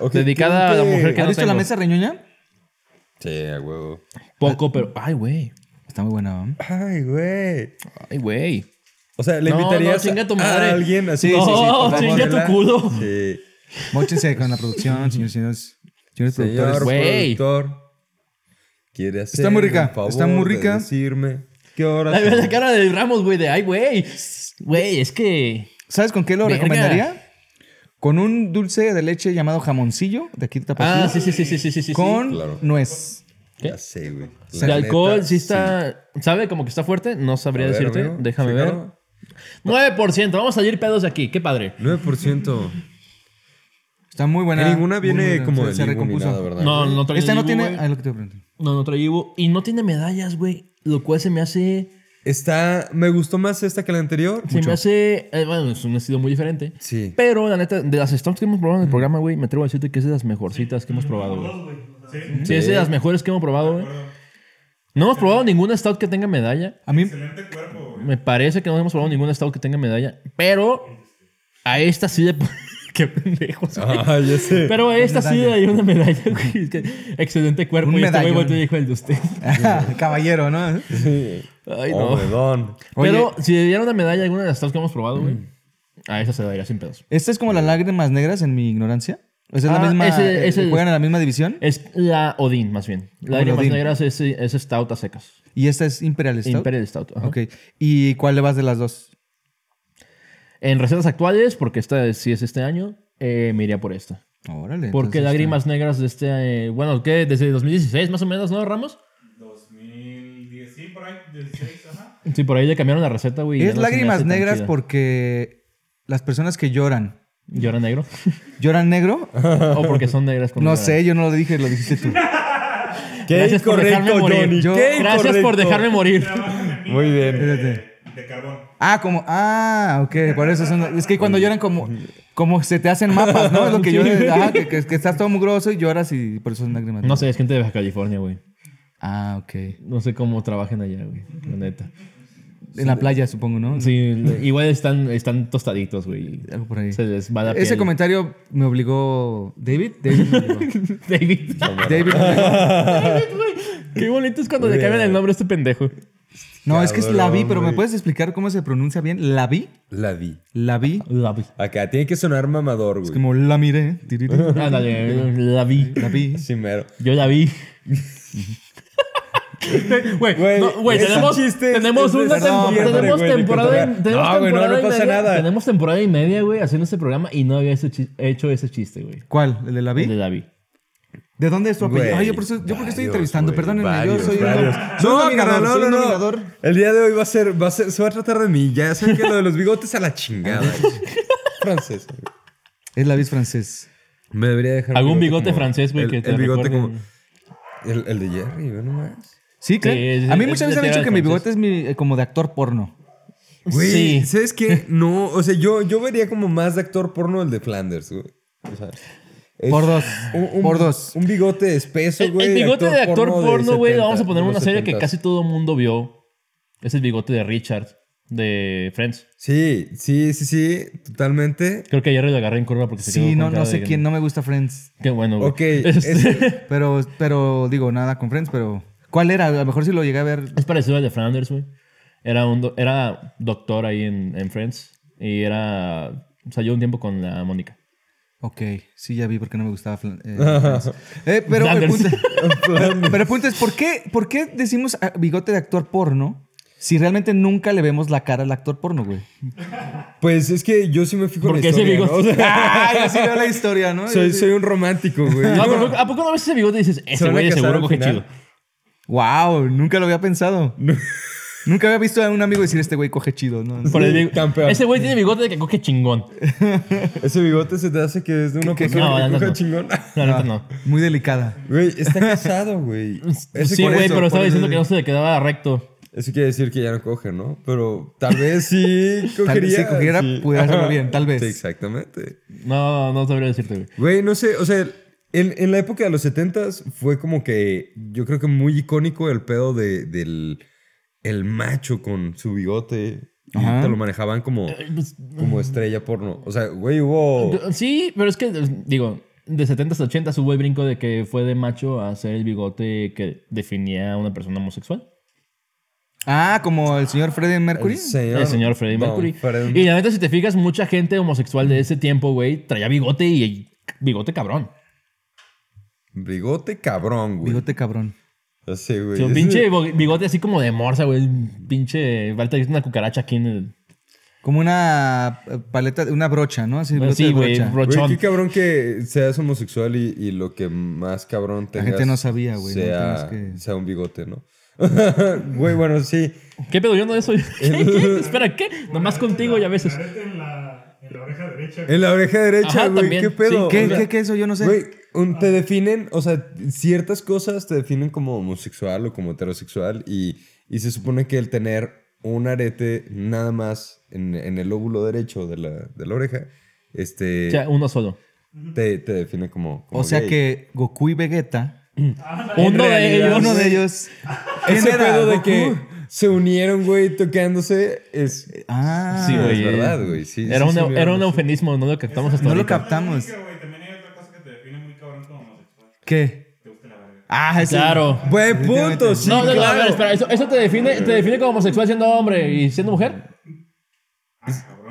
Ok, Dedicada creo a la mujer que- ¿Has no visto la tengo. mesa reñoña? Sí, a huevo. Poco, pero. Ay, güey. Está muy buena, ¿no? Ay, güey. Ay, güey. O sea, le No, invitarías no, chinga tu a- madre. a alguien así. No, Sí, sí, sí, por favor, chinga tu ¿verdad? culo. Sí. Móchense con la producción, señores, señores. Señores Señor productores. Güey. productor. Quiere hacer muy rica, un favor está muy de rica. decirme qué hora La, son. la cara de Ramos, güey, de ay, güey. Güey, es que. ¿Sabes con qué lo Verga. recomendaría? Con un dulce de leche llamado jamoncillo de aquí de Tapatío. Ah, sí, sí, sí, sí, sí, sí, sí. Con claro. nuez. Ya sé, güey. El La neta, alcohol sí está. ¿Sabe como que está fuerte? No A sabría ver, decirte. amigo, Déjame ver. chécalo. 9%. Vamos a salir pedos de aquí. Qué padre. 9%. Está muy buena. Que ninguna Muy viene buena. como Se- de se Dibu ni recompuso. nada, ¿verdad? No, no trae Esta no Ibu, tiene. güey. Ah, lo que te voy a preguntar. No, no trae Ibu. Y no tiene medallas, güey. Lo cual se me hace. Está. Me gustó más esta que la anterior. Se me hace. eh, bueno, es un estilo muy diferente. Sí. Pero la neta, de las stocks que hemos probado en el programa, güey, me atrevo a decirte que es de las mejorcitas que hemos probado, güey. Sí, es de las mejores que hemos probado, güey. No hemos probado ninguna stout que tenga medalla. A mí. Excelente cuerpo, güey. Me parece que no hemos probado ninguna stout que tenga medalla. Pero a esta sí le. pon- qué pendejos. güey. Ah, ya sé. Pero esta sí hay una medalla, güey. Es que excelente cuerpo. Un y este güey medallón. volteó y dijo el de usted. Caballero, ¿no? Ay, Oh, no. Obedón. Pero si le diera una medalla a alguna de las tres que hemos probado, Mm. güey, a esa se la daría sin pedos. ¿Esta es como las lágrimas negras en mi ignorancia? ¿O sea, es Ah, la misma, ese- eh, ese- ¿Juegan en la misma división? Es la Odín, más bien. La Como la Lágrimas Odín. Negras es, es Stout a secas. Y esta es Imperial Stout. Imperial Stout. ajá. Ok. ¿Y cuál le vas de las dos? En recetas actuales, porque esta es- sí es este año, eh, me iría por esta. Órale. Porque entonces, Lágrimas Negras de este... eh, bueno, ¿qué? Desde 2016 más o menos, ¿no, Ramos? 2010, sí, por ahí, 16, ajá. Sí, por ahí le cambiaron la receta, güey. y ya Es no se me hace lágrimas tan negras chida. porque las personas que lloran, ¿Llora negro? ¿lloran negro? ¿O porque son negras? con No negras. sé, yo no lo dije, lo dijiste tú. Qué Gracias por incorrecto, dejarme morir. Johnny. Yo- qué Gracias por incorrecto. dejarme morir. Muy bien. De, de carbón. Ah, como, ah, ok, por eso son. Es que cuando lloran, como, como se te hacen mapas, ¿no? Es lo que yo. Ajá, que, que- que estás todo mugroso y lloras y por eso son lágrimas. No sé, es gente de Baja California, güey. Ah, ok. En No sé cómo trabajan allá, güey. La neta. la playa, supongo, ¿no? Sí, le- igual están, están tostaditos, güey. Algo por ahí. Se les va la Ese piel. comentario me obligó. ¿David? David me obligó. David. David. me obligó. David, güey. Qué bonito es cuando le cambian el nombre a este pendejo. No, es que es la vi, Cabrón, pero ¿me güey. puedes explicar cómo se pronuncia bien? ¿La vi? La vi. ¿La vi? La vi. Acá tiene que sonar mamador, Es güey. como la miré. tiriri, Ándale, la vi. La vi. Sí, mero. Yo la vi. Güey, Güey, no, güey, es un tenemos, chiste, tenemos es una de tempo- siempre, tenemos güey, de temporada, cotorrear. tenemos No, güey, no, temporada no y pasa media- nada. Tenemos temporada y media, güey, haciendo este programa y no había ese chi- hecho ese chiste, güey. ¿Cuál? ¿El de la vi? El de David. ¿De dónde es tu Güey, apellido? Ay, yo por, eso- yo porque estoy varios, entrevistando, güey, perdónenme, varios, yo soy varios. un, soy un No, dominador, carnal, no, soy no, un no. dominador. El día de hoy va a ser, va a ser, se va a tratar de mí. Ya saben que lo de los bigotes a la chingada. güey. Francés. güey. Es la vis francés. Me debería dejar. un Algún bigote francés, güey, el- que te El bigote como. recuerden. El, el de Jerry, ve nomás. Sí, ¿qué? es- a mí es- muchas es veces han dicho literal que mi francés. bigote es mi, eh, como de actor porno. Güey, Sí. ¿sabes qué? No, o sea, yo, yo vería como más de actor porno el de Flanders, güey. O sea, es Por dos. por dos. Un bigote espeso, El, güey. el bigote de actor de porno, güey, 70, lo vamos a poner de en los una serie que 70s. casi todo el mundo vio. Es el bigote de Richard, de Friends. Sí, sí, sí, sí, totalmente. Creo que ayer lo agarré en curva porque se quedó Sí, con no, cara no sé de- quién, no me gusta Friends. Qué bueno, güey. Este, Ok, ese- Pero, pero digo, nada con Friends, pero. ¿Cuál era? A lo mejor si lo llegué a ver. Es parecido al de Flanders, güey. Era, un do- era doctor ahí en, en Friends. Y era. Salió un tiempo con la Mónica. Ok, sí, ya vi porque no me gustaba Flan- eh, Ah. Friends. Eh, pero, el Flanders. punto, pero el punto es, ¿por qué, ¿por qué decimos ah, bigote de actor porno si realmente nunca le vemos la cara al actor porno, güey? Pues es que yo sí me fijo Porque en ese la historia, bigote- ¿no? O sea, Ah, Ay, así Ah, veo la historia, ¿no? soy, soy un romántico, güey. No, Ah, pero ¿A poco no ves ese bigote y dices, Se ese van a güey de casar seguro al coge final. chido? Wow, nunca lo había pensado. nunca había visto a un amigo decir este güey coge chido, ¿no? Por el Sí, bigo- campeón. Ese güey tiene bigote de que coge chingón. Ese bigote se te hace que es de una pues. que- persona no, que no, coge no. chingón. Ah. La neta no. Muy delicada. Güey, está casado, güey. Ese Sí, por güey, eso, pero por eso- estaba diciendo que no se le quedaba recto. Eso quiere decir que ya no coge, ¿no? Pero tal vez sí cogería. Tal vez si cogiera, pudiera hacerlo bien, tal vez. Sí, exactamente. No, no sabría decirte, güey. Güey, no sé, o sea, en, en la época de los 70s fue como que yo creo que muy icónico el pedo de, del el macho con su bigote. Y Ajá. te lo manejaban como, Eh, como estrella porno. O sea, güey, hubo. pues, Sí, pero es que, eh, digo, de 70s a 80s hubo el brinco de que fue de macho a hacer el bigote que definía a una persona homosexual. Ah, como el señor Freddie Mercury. El señor, El señor Freddie Don Mercury. Fred- Y la neta, si te fijas, mucha gente homosexual de ese tiempo, güey, traía bigote y, y bigote cabrón. Bigote cabrón, güey. Bigote cabrón. Así, güey. O sea, un Ese- pinche bo- bigote así como de morsa, güey. un Pinche. Falta una cucaracha aquí en el. Como una eh, paleta, una brocha, ¿no? Así, bigote Sí, de güey, brocha. Güey, brochón. qué cabrón que seas homosexual y, y lo que más cabrón La tengas... gente no sabía, güey, no Sea, tenemos que- sea un bigote, ¿no? güey, bueno, sí. ¿Qué pedo? Yo no soy. ¿Qué? ¿Qué? Espera, ¿qué? Nomás contigo y a veces. Arete en la, en la oreja derecha. En la oreja Ajá, derecha, güey. también. ¿Qué pedo? Sí, O ¿Qué, sea, qué, qué eso? Yo no sé. Güey, un- te definen, o sea, ciertas cosas te definen como homosexual o como heterosexual y, y se supone que el tener un arete nada más en, en el óvulo derecho de la, de la oreja, este, O sea, uno solo. te, te define como, como o sea gay. que Goku y Vegeta. Uno de realidad, ellos. Uno de ellos. ¿Quién Ese era? pedo de ¿Goku? que, se unieron, güey, tocándose. Es, Ah, Sí, güey. es verdad, güey. Sí, Era, sí, sí, una- me era un llamas. eufemismo, no lo captamos hasta no lo ahorita. captamos. Dice, güey, También hay otra cosa que te define muy cabrón como homosexual. ¿Qué? Te gusta la verga. Ah, ese- Claro. Buen punto, sí, No, no, no, a claro. ver, espera, ¿eso, eso te, define, te define como homosexual siendo hombre y siendo mujer?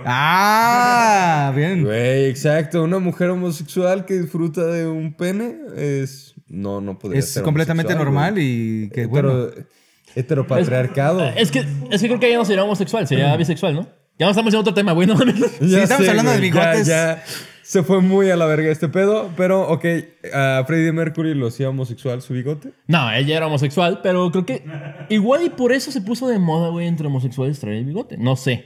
Ah, bien. Güey, exacto. Una mujer homosexual que disfruta de un pene es. No, no podría Es completamente normal y que bueno. Heteropatriarcado. Es que, es que creo que ya no sería homosexual, sería bisexual, ¿no? Ya no estamos en otro tema, güey, no mames. Ya Sí, estamos hablando de güey, ya- bigotes. Ya, se fue muy a la verga este pedo, pero ok. A Freddie Mercury lo hacía homosexual su bigote. No, ella era homosexual, pero creo que igual y por eso se puso de moda, güey, entre homosexuales traer el bigote. No sé.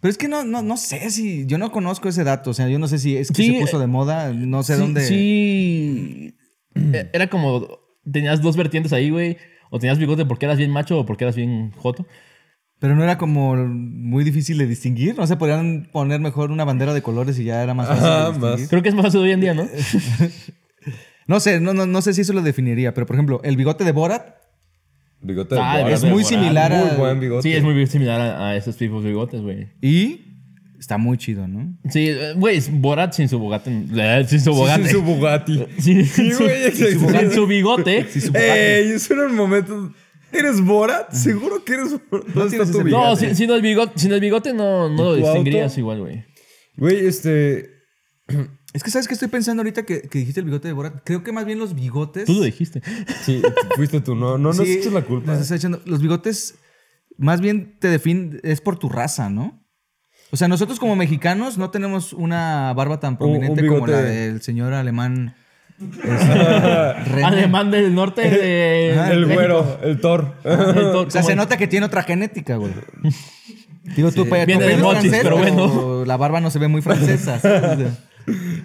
Pero es que no, no, no sé si. Yo no conozco ese dato. O sea, yo no sé si es que Sí, se puso de moda. No sé sí, dónde. Sí. Eh, Era como. Tenías dos vertientes ahí, güey. O tenías bigote porque eras bien macho o porque eras bien joto. Pero no era como muy difícil de distinguir. No se podrían poner mejor una bandera de colores y ya era más fácil. de Ajá, distinguir. más. Creo que es más fácil hoy en día, ¿no? No sé, no, no, no sé si eso lo definiría. Pero por ejemplo, el bigote de Borat Bigote Ah, de Borat. es muy similar Muy al- buen bigote. Sí, es muy similar a, a esos tipos de bigotes, güey. y está muy chido, ¿no? Sí, eh, güey, es Borat sin su bogate. eh, Sin su bogate. Sí, su Bugatti. Sí, Sí, güey, sin su, exacto. sin su bigote. Ey, eso era el momento. ¿Eres Borat? ¿Seguro que eres Borat? ¿Dónde tienes está tu ese bigote? No, sin, sin el bigote, sin el bigote no, no lo ¿Y tu auto? distinguirías igual, güey. Güey, este. Es que sabes que estoy pensando ahorita que, que dijiste el bigote de Borat. Creo que más bien los bigotes. Tú lo dijiste. Sí, fuiste tú, no, no nos Sí, eches la culpa. eh. nos está echando- los bigotes, más bien te definen, es por tu raza, ¿no? O sea, nosotros como mexicanos no tenemos una barba tan prominente como bigote. la del señor alemán. René. Alemán del norte de. Ajá, Ah, El México. güero, el Thor. El to- O sea, se como- nota que tiene otra genética, güey. Digo, tú, pa- tú Viene de eres mochis, pero La barba no se ve muy francesa. ¿sabes?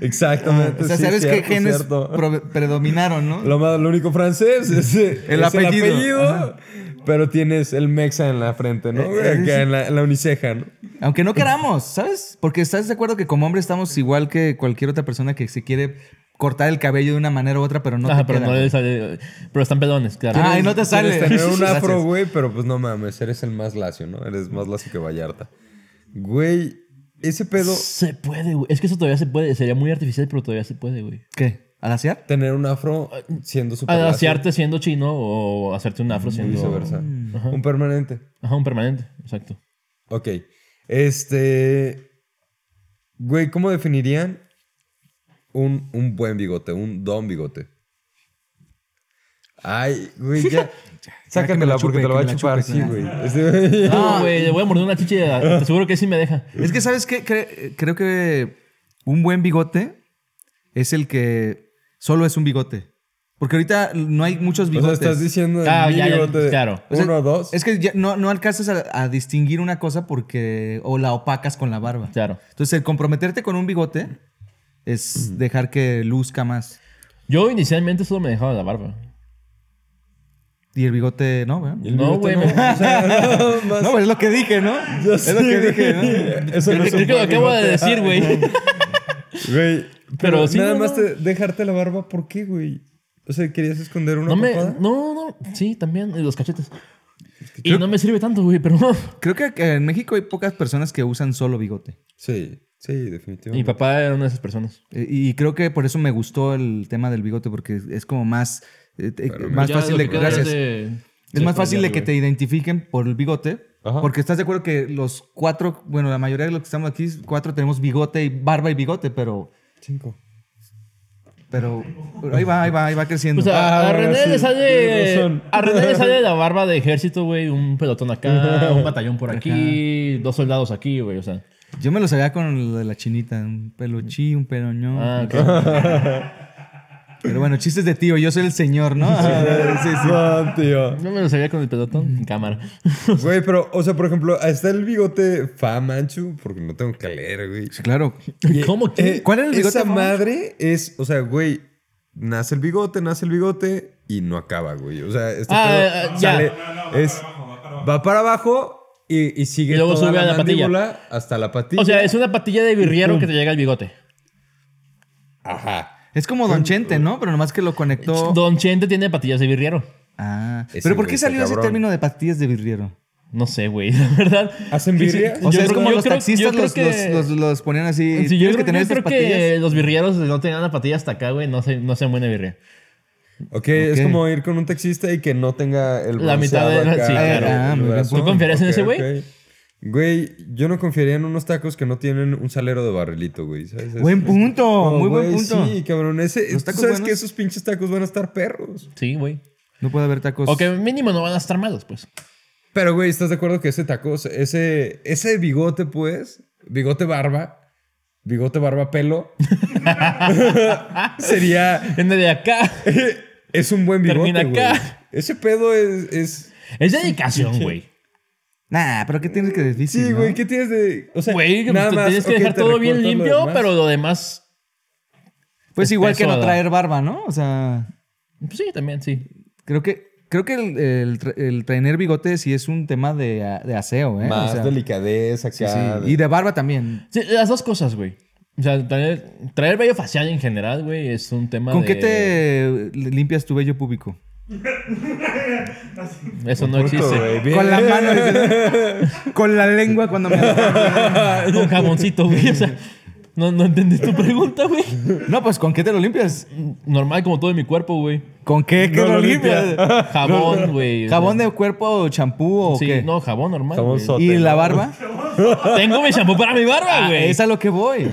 Exactamente. O sea, sí, ¿sabes qué cierto, genes cierto. pro- predominaron, no? Lo, más- lo único francés es, eh, es El el apellido. apellido. Pero tienes el mexa en la frente, ¿no? güey? eh, Acá en la, en la uniceja, ¿no? Aunque no queramos, ¿sabes? Porque estás de acuerdo que como hombre estamos igual que cualquier otra persona que se quiere cortar el cabello de una manera u otra, pero no Ajá, te pero queda. no le sale. Pero están pedones, claro. Ay, no te Quieres sale. tener un Gracias. afro, güey, pero pues no mames, eres el más lacio, ¿no? Eres más lacio que Vallarta. Güey, ese pedo, Se puede, güey. Es que eso todavía se puede. Sería muy artificial, pero todavía se puede, güey. ¿Qué? ¿Alaciar? tener un afro siendo super lacio, Hacerte siendo chino o hacerte un afro siendo. viceversa. Un permanente. Ajá, un permanente. Exacto. Ok. Este. Güey, ¿cómo definirían un, un buen bigote? Un don bigote. Ay, güey, ya. Sácamela la porque chupe, te la va que a me la chupar, chupe, sí, que güey. Este- No, güey, le voy a morder una chicha. y a- te Seguro que sí me deja. Es que, ¿sabes qué? Cre- creo que un buen bigote es el que solo es un bigote. Porque ahorita no hay muchos o sea, bigotes. estás diciendo Ah, mi ya, ya, bigote de claro. O sea, uno o dos. Es que ya no, no alcanzas a, a distinguir una cosa porque. o la opacas con la barba. Claro. Entonces, el comprometerte con un bigote es dejar que luzca más. Yo inicialmente solo me dejaba la barba. Y el bigote, no, ¿verdad? No, güey. me- No, pues es lo que dije, ¿no? es lo que dije, ¿no? Eso no Creo es que un lo buen acabo de bigote. decir, güey. Güey, pero, Pero sí, nada no, más no. te- dejarte la barba, ¿por qué, güey? O sea, ¿querías esconder una No me. papada? No, no. Sí, también. y Los cachetes. Y no me sirve tanto, güey, pero. Creo que que en México hay pocas personas que usan solo bigote. Sí, sí, definitivamente. Mi papá era una de esas personas. Eh, Y creo que por eso me gustó el tema del bigote, porque es como más, eh, te- más Ya fácil lo de... que queda Gracias. de- eh. Es más fácil de que te identifiquen por el bigote. Ajá. Porque estás de acuerdo que los cuatro, bueno, la mayoría de los que estamos aquí, cuatro tenemos bigote y barba y bigote, pero, Cinco. pero ahí va, ahí va, ahí va creciendo. O sea, Ah, a, bueno, René sí, le tienes sale, razón. a René le sale la barba de ejército, güey. Un pelotón acá, un batallón por aquí, dos soldados aquí, güey. O sea, Ah, Yo me lo sabía con lo de la chinita, un peluchí, un peroñón. ah, ok. Pero bueno, chistes de tío, yo soy el señor, ¿no? Sí, sí. No, tío. no me lo sabía con el pelotón. Cámara. Güey, pero, o sea, por ejemplo, ahí está el bigote fa manchu, porque no tengo que leer, güey. Sí, claro. ¿Cómo que? Eh, ¿Cuál era el bigote Esa fa manchu? madre es, o sea, güey, nace el bigote, nace el bigote y no acaba, güey. O sea, este Ah, pedo ah, ya. sale, No, no, va es, para abajo, va para abajo. va para abajo y, y sigue Y luego toda sube la, a la patilla. mandíbula hasta la patilla. O sea, es una patilla de birriero que te llega al bigote. Ajá. Es como Don Chente, ¿no? Pero nomás que lo conectó. Don Chente tiene patillas de birriero. Ah. Ese Pero ¿por güey qué está salió ese cabrón. término de pastillas de birriero? No sé, güey, la verdad. ¿Hacen Sí, sí, birria? O yo sea, es creo- como yo los creo- yo taxistas creo los, que- los- los- los ponían así. Sí, yo tienes creo, que tener yo estas creo patillas. que los birrieros no tenían la patilla hasta acá, güey. No se, no hacían buena birria. Ok, es como ir con un taxista y que no tenga el La mitad de- bronceado sí, claro. el Ah, muy bien brazo. punto. ¿Tú confiarías en Ok, ese güey? ok. Güey, yo no confiaría en unos tacos que no tienen un salero de barrilito, güey. ¿sabes? Es- Buen es punto, como, muy buen güey, punto. Sí, cabrón. Ese, Los tú tacos sabes buenos. que esos pinches tacos van a estar perros. Sí, güey. No puede haber Pues tacos. O que mínimo no van a estar malos, pues. Pero, güey, ¿estás de acuerdo que ese taco, o sea, ese, ese bigote, pues, bigote barba, bigote barba pelo, sería. En el de acá. Es un buen bigote. Termina güey. acá. Ese pedo es. es- Es dedicación, güey. Nah, pero ¿qué tienes que decir? Sí, güey, ¿qué tienes de.? O sea, Güey, que pues, nada te más, tienes que ok, dejar te todo bien recortas lo limpio, demás. pero lo demás. Pues igual que no espeso, traer barba, ¿no? O sea, pues Sí, también, sí. creo que creo que el, el, tra- el traer bigote sí es un tema de, a- de aseo, ¿eh? Más o sea, delicadez acá. sí, sí. de- Y de barba también. Sí, las dos cosas, güey. O sea, traer, traer vello facial en general, güey, es un tema ¿Con de... qué te limpias tu vello púbico? Eso no existe. güey, bien. Con la mano. dice, con la lengua cuando me... Con jaboncito, güey. O sea, no, no entendí tu pregunta, güey. No, pues ¿con qué te lo limpias? Normal como todo en mi cuerpo, güey. ¿Con qué? ¿Qué No lo lo limpias? Jabón, güey. o sea, ¿Jabón de cuerpo o champú o Sí, qué? no, jabón normal. Jabón güey. sote, ¿Y ¿no? la barba? Tengo mi shampoo para mi barba, Ah, güey. es a lo que voy.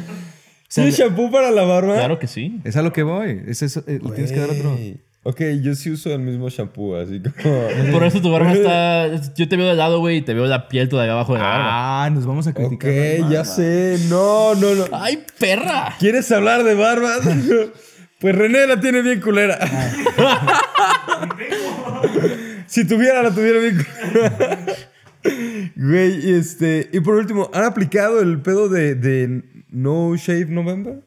Sí, shampoo para la barba. Claro que sí. Es a lo que voy. Es eso, eh, le tienes que dar otro. Güey. Ok, yo sí uso el mismo shampoo, así como. Por eso tu barba está... Yo te veo de lado, güey, y te veo la piel todavía abajo de la barba. Ah, nos vamos a Ok, criticar. ya sé. No, no, no. ¡Ay, perra! ¿Quieres hablar de barbas? Pues René la tiene bien culera. si tuviera, la tuviera bien culera. Güey, y este. Y por último, ¿han aplicado el pedo de, de No Shave November?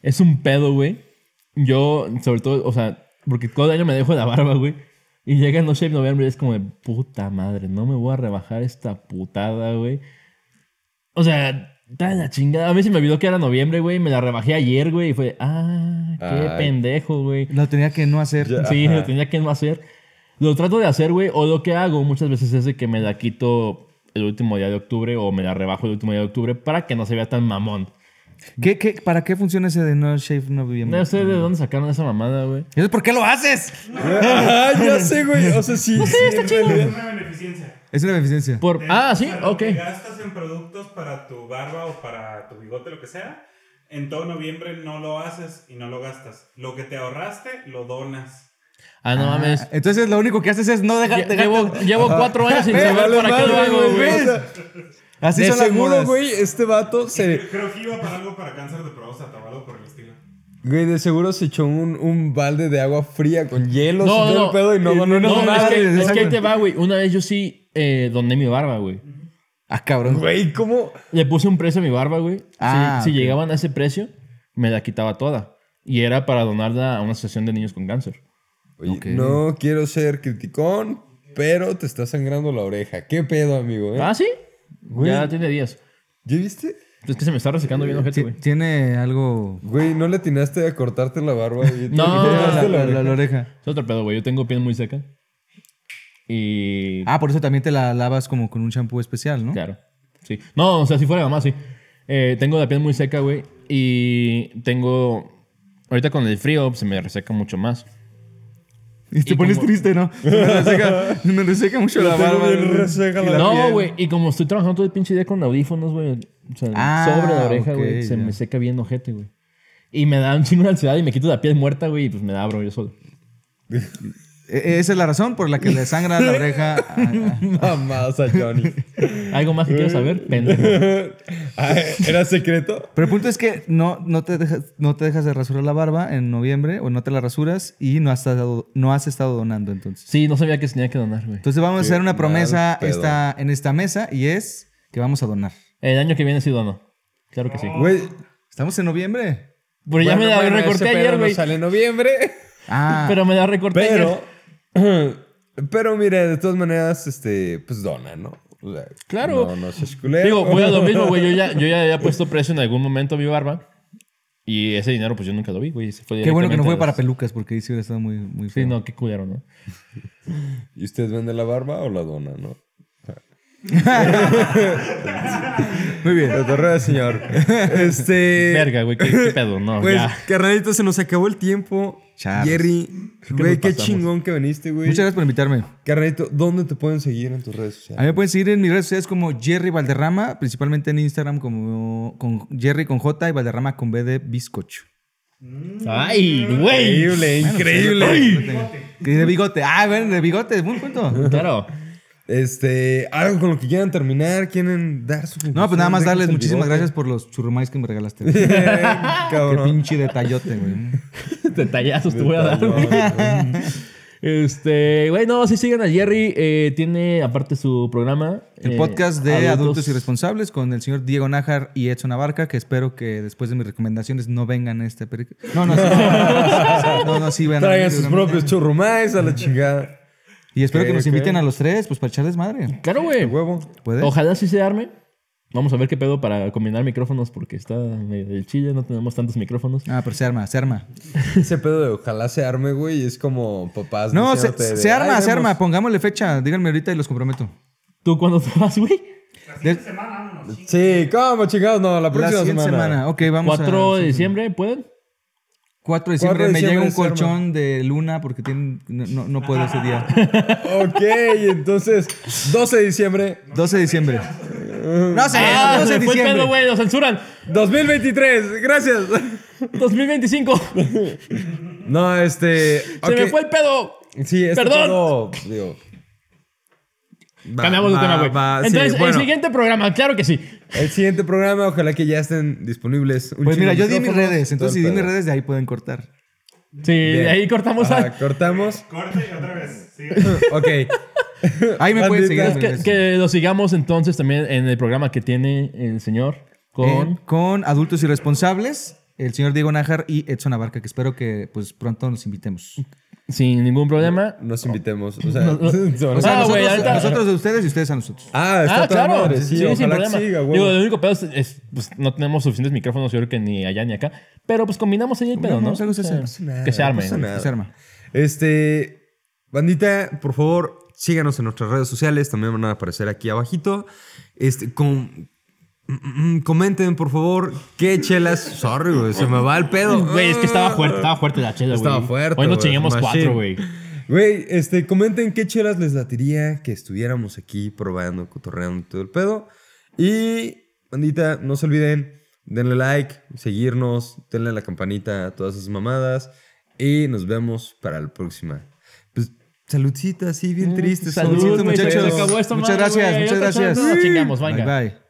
Es un pedo, güey. Yo, sobre todo, o sea, porque todo el año me dejo la barba, güey. Y llega No Shave November y es como de puta madre, no me voy a rebajar esta putada, güey. O sea, está de la chingada. A mí se me olvidó que era noviembre, güey. Me la rebajé ayer, güey. Y fue, ah, qué Ay. pendejo, güey. Lo tenía que no hacer. Ya. Sí, Ajá. lo tenía que no hacer. Lo trato de hacer, güey. O lo que hago muchas veces es de que me la quito el último día de octubre o me la rebajo el último día de octubre para que no se vea tan mamón. ¿Qué, qué, para qué funciona ese de No Shave November? No sé de dónde sacaron esa mamada, güey. ¿Y eso ¿Por qué lo haces? Ah, ya sé, güey. O sea, sí. sí, en realidad. Es una beneficencia. Es una beneficencia. Por... Ah, sí, Lo ok. que gastas en productos para tu barba o para tu bigote, lo que sea, en todo noviembre no lo haces y no lo gastas. Lo que te ahorraste, lo donas. Ah, no Ah, mames. Entonces lo único que haces es no dejar... Lle- dejar- Llevo, llevo cuatro años sin Ve, saber vale para qué lo madre, hago, güey. güey. O sea, Así de son las seguro, modas. güey, este vato se. Creo que iba para algo para cáncer de próstata o algo por el estilo. Güey, de seguro se echó un, un balde de agua fría con hielo, No, todo no. Eh, el pedo y no donó No, no, es nada. que, es exacto. que ahí te va, güey. Una vez yo sí eh, doné mi barba, güey. Ah, cabrón. Güey, ¿cómo? Le puse un precio a mi barba, güey. Si- Ah, si, ok. llegaban a ese precio, me la quitaba toda. Y era para donarla a una asociación de niños con cáncer. Oye, No quiero ser criticón, pero te está sangrando la oreja. ¿Qué pedo, amigo? eh? Ah, sí. Ya tiene días. ¿Ya viste? Es que se me está resecando Eh, bien, ojete, güey. Ti- Tiene algo... Güey, no le atinaste a cortarte la barba. güey. No. Te La, cortaste la la- oreja. la- la oreja. Es otro pedo, güey. Yo tengo piel muy seca. Y. Ah, por eso también te la lavas como con un champú especial, ¿no? Claro. Sí. No, o sea, si fuera mamá, sí. Eh, tengo la piel muy seca, güey. Y tengo. Ahorita con el frío pues, se me reseca mucho más. Y te Y pones como- triste, ¿no? Me reseca, me reseca mucho la Tengo barba. bien güey. reseca la No, piel. güey. Y como estoy trabajando todo el pinche día con audífonos, güey. O sea, Ah, sobre la oreja, ok, güey. se ya. me seca bien ojete, güey. Y me da un chingo de ansiedad y me quito la piel muerta, güey. Y pues me da abro yo solo. E- Esa es la razón por la que le sangra la oreja. a- a- Mamás a Johnny. ¿Algo más que quieras saber? Pendejo. Ah, ¿Era secreto? Pero el punto es que no, no, te dejas, no te dejas de rasurar la barba en noviembre o no te la rasuras y no has estado, no has estado donando entonces. Sí, no sabía que se tenía que donar, güey. Entonces vamos a hacer una mal promesa pedo. esta, en esta mesa y es que vamos a donar. El año que viene sí dono. Claro que sí. Güey. Estamos en noviembre. Pero ya Ah. bueno, me la bueno, recorté ese pedo ayer, no güey. Sale en noviembre. Ah, Pero me la recorté ayer. Pero. Pero mire, de todas maneras, este, pues dona, ¿no? O sea, Claro. No, no seas culero. Digo, voy a lo mismo, güey. Yo ya, yo ya había puesto precio en algún momento a mi barba. Y ese dinero, pues yo nunca lo vi, güey. Se fue qué bueno que no fue para directamente pelucas porque ahí sí hubiera estado muy, muy a las- Sí, feo. no, qué culero, ¿no? ¿Y usted vende la barba o la dona, no? Muy bien. Cotorreo de señor. Este. Verga, güey, ¿qué, qué pedo, no, Pues, ya. carnalito, se nos acabó el tiempo. Charros. Jerry, que güey, nos qué pasamos. chingón que viniste, güey. Muchas gracias por invitarme. Carnalito, ¿dónde te pueden seguir en tus redes A sociales? mí me pueden seguir en mis redes sociales como Jerry Valderrama, principalmente en Instagram como con Jerry con J y Valderrama con B de bizcocho. Ay, güey. Increíble, increíble. Y de bigote. Ah, ven, de bigote, buen punto. Claro. Este, algo con lo que quieran terminar, quieren dar su No, pues nada más darles muchísimas gracias bigote. por los churrumais que me regalaste. güey. Qué Cabrón. pinche detallote, güey. Detallazos te voy a dar, güey. Este, güey, no, sí sigan a Jerry. eh, tiene aparte su programa. El eh, podcast de adultos. irresponsables con el señor Diego Nájar y Edson Abarca, que espero que después de mis recomendaciones no vengan a este perico. No, no, sí. no, no, sí, vean. Traigan sus propios churrumais a la chingada. Y espero que Ok, nos ok. inviten a los tres, pues para echarles madre. Claro, güey. Huevo. ¿Puedes? Ojalá sí se arme. Vamos a ver qué pedo para combinar micrófonos porque está medio del chile, no tenemos tantos micrófonos. Ah, pero se arma, se arma. Ese pedo de ojalá se arme, güey, es como papás. No, se, diciéndote de, se arma, "Ay, se vemos". arma. Pongámosle fecha. Díganme ahorita y los comprometo. ¿Tú cuándo te vas, güey? Sí, ¿cómo chingados? No, la La próxima siguiente semana. semana. Ok, vamos a... 4 de diciembre, ¿pueden? 4 de diciembre. 4 de Me diciembre llega un se arma. colchón de luna porque tienen, no, no, no puedo ese día. Ok, entonces, 12 de diciembre, 12 de diciembre. No sé, Ah, 12 de se fue el pedo, diciembre. güey, lo censuran. 2023. Gracias. 2025. Se No, este. me ok. fue el pedo. Sí, este Perdón. pedo, digo, va, Cambiamos de va, tema, güey. va, sí, Entonces, bueno, el siguiente programa, claro que sí. el siguiente programa, ojalá que ya estén disponibles. un Pues chingo mira, de yo di mis micrófonos, redes, todo entonces si el di mis pedo. redes de ahí pueden cortar. Sí, de ahí cortamos Ajá, a... cortamos. Corte y otra vez. sigue. Ok. Ahí me pueden seguir. Bandita. en mis Que, redes. que lo sigamos entonces también en el programa que tiene el señor Eh, con... con adultos irresponsables, el señor Diego Nájar y Edson Abarca, que espero que pues pronto nos invitemos. Ah, Sin ningún problema. Nos invitemos. O sea, O sea, Ah, güey, nosotros, ahorita- nosotros de ustedes y ustedes a nosotros. ah, está Ah, toda claro. madre, sí, Sí, sí, sin ojalá que problema. siga, güey. Digo, eh, el único pedo es, es, pues, no tenemos suficientes micrófonos, yo creo que ni allá ni acá. Pero pues combinamos ahí el pedo, ¿no? Combinamos algo, se O sea, hace. que se arme. pasa ¿no? nada. Se arma. Este, bandita, por favor, síganos en nuestras redes sociales, también van a aparecer aquí abajito. Este, com- mm, mm, comenten, por favor, qué chelas. Sorry, güey, se me va el pedo. Ah. Güey, es que estaba fuerte, estaba fuerte la chela, güey. Estaba fuerte, Hoy nos güey, chingamos cuatro, machín. güey. Güey, este, comenten qué chelas les latiría que estuviéramos aquí probando, cotorreando y todo el pedo. Y, bandita, no se olviden, denle like, seguirnos, denle a la campanita, a todas esas mamadas. Y nos vemos para la próxima. Pues, saludcita, así bien triste. Mm, Salud, solcito, güey, se muchachos. acabó esta Muchas madre, gracias, güey, muchas otra gracias. chela, nos chingamos, venga. Bye, bye.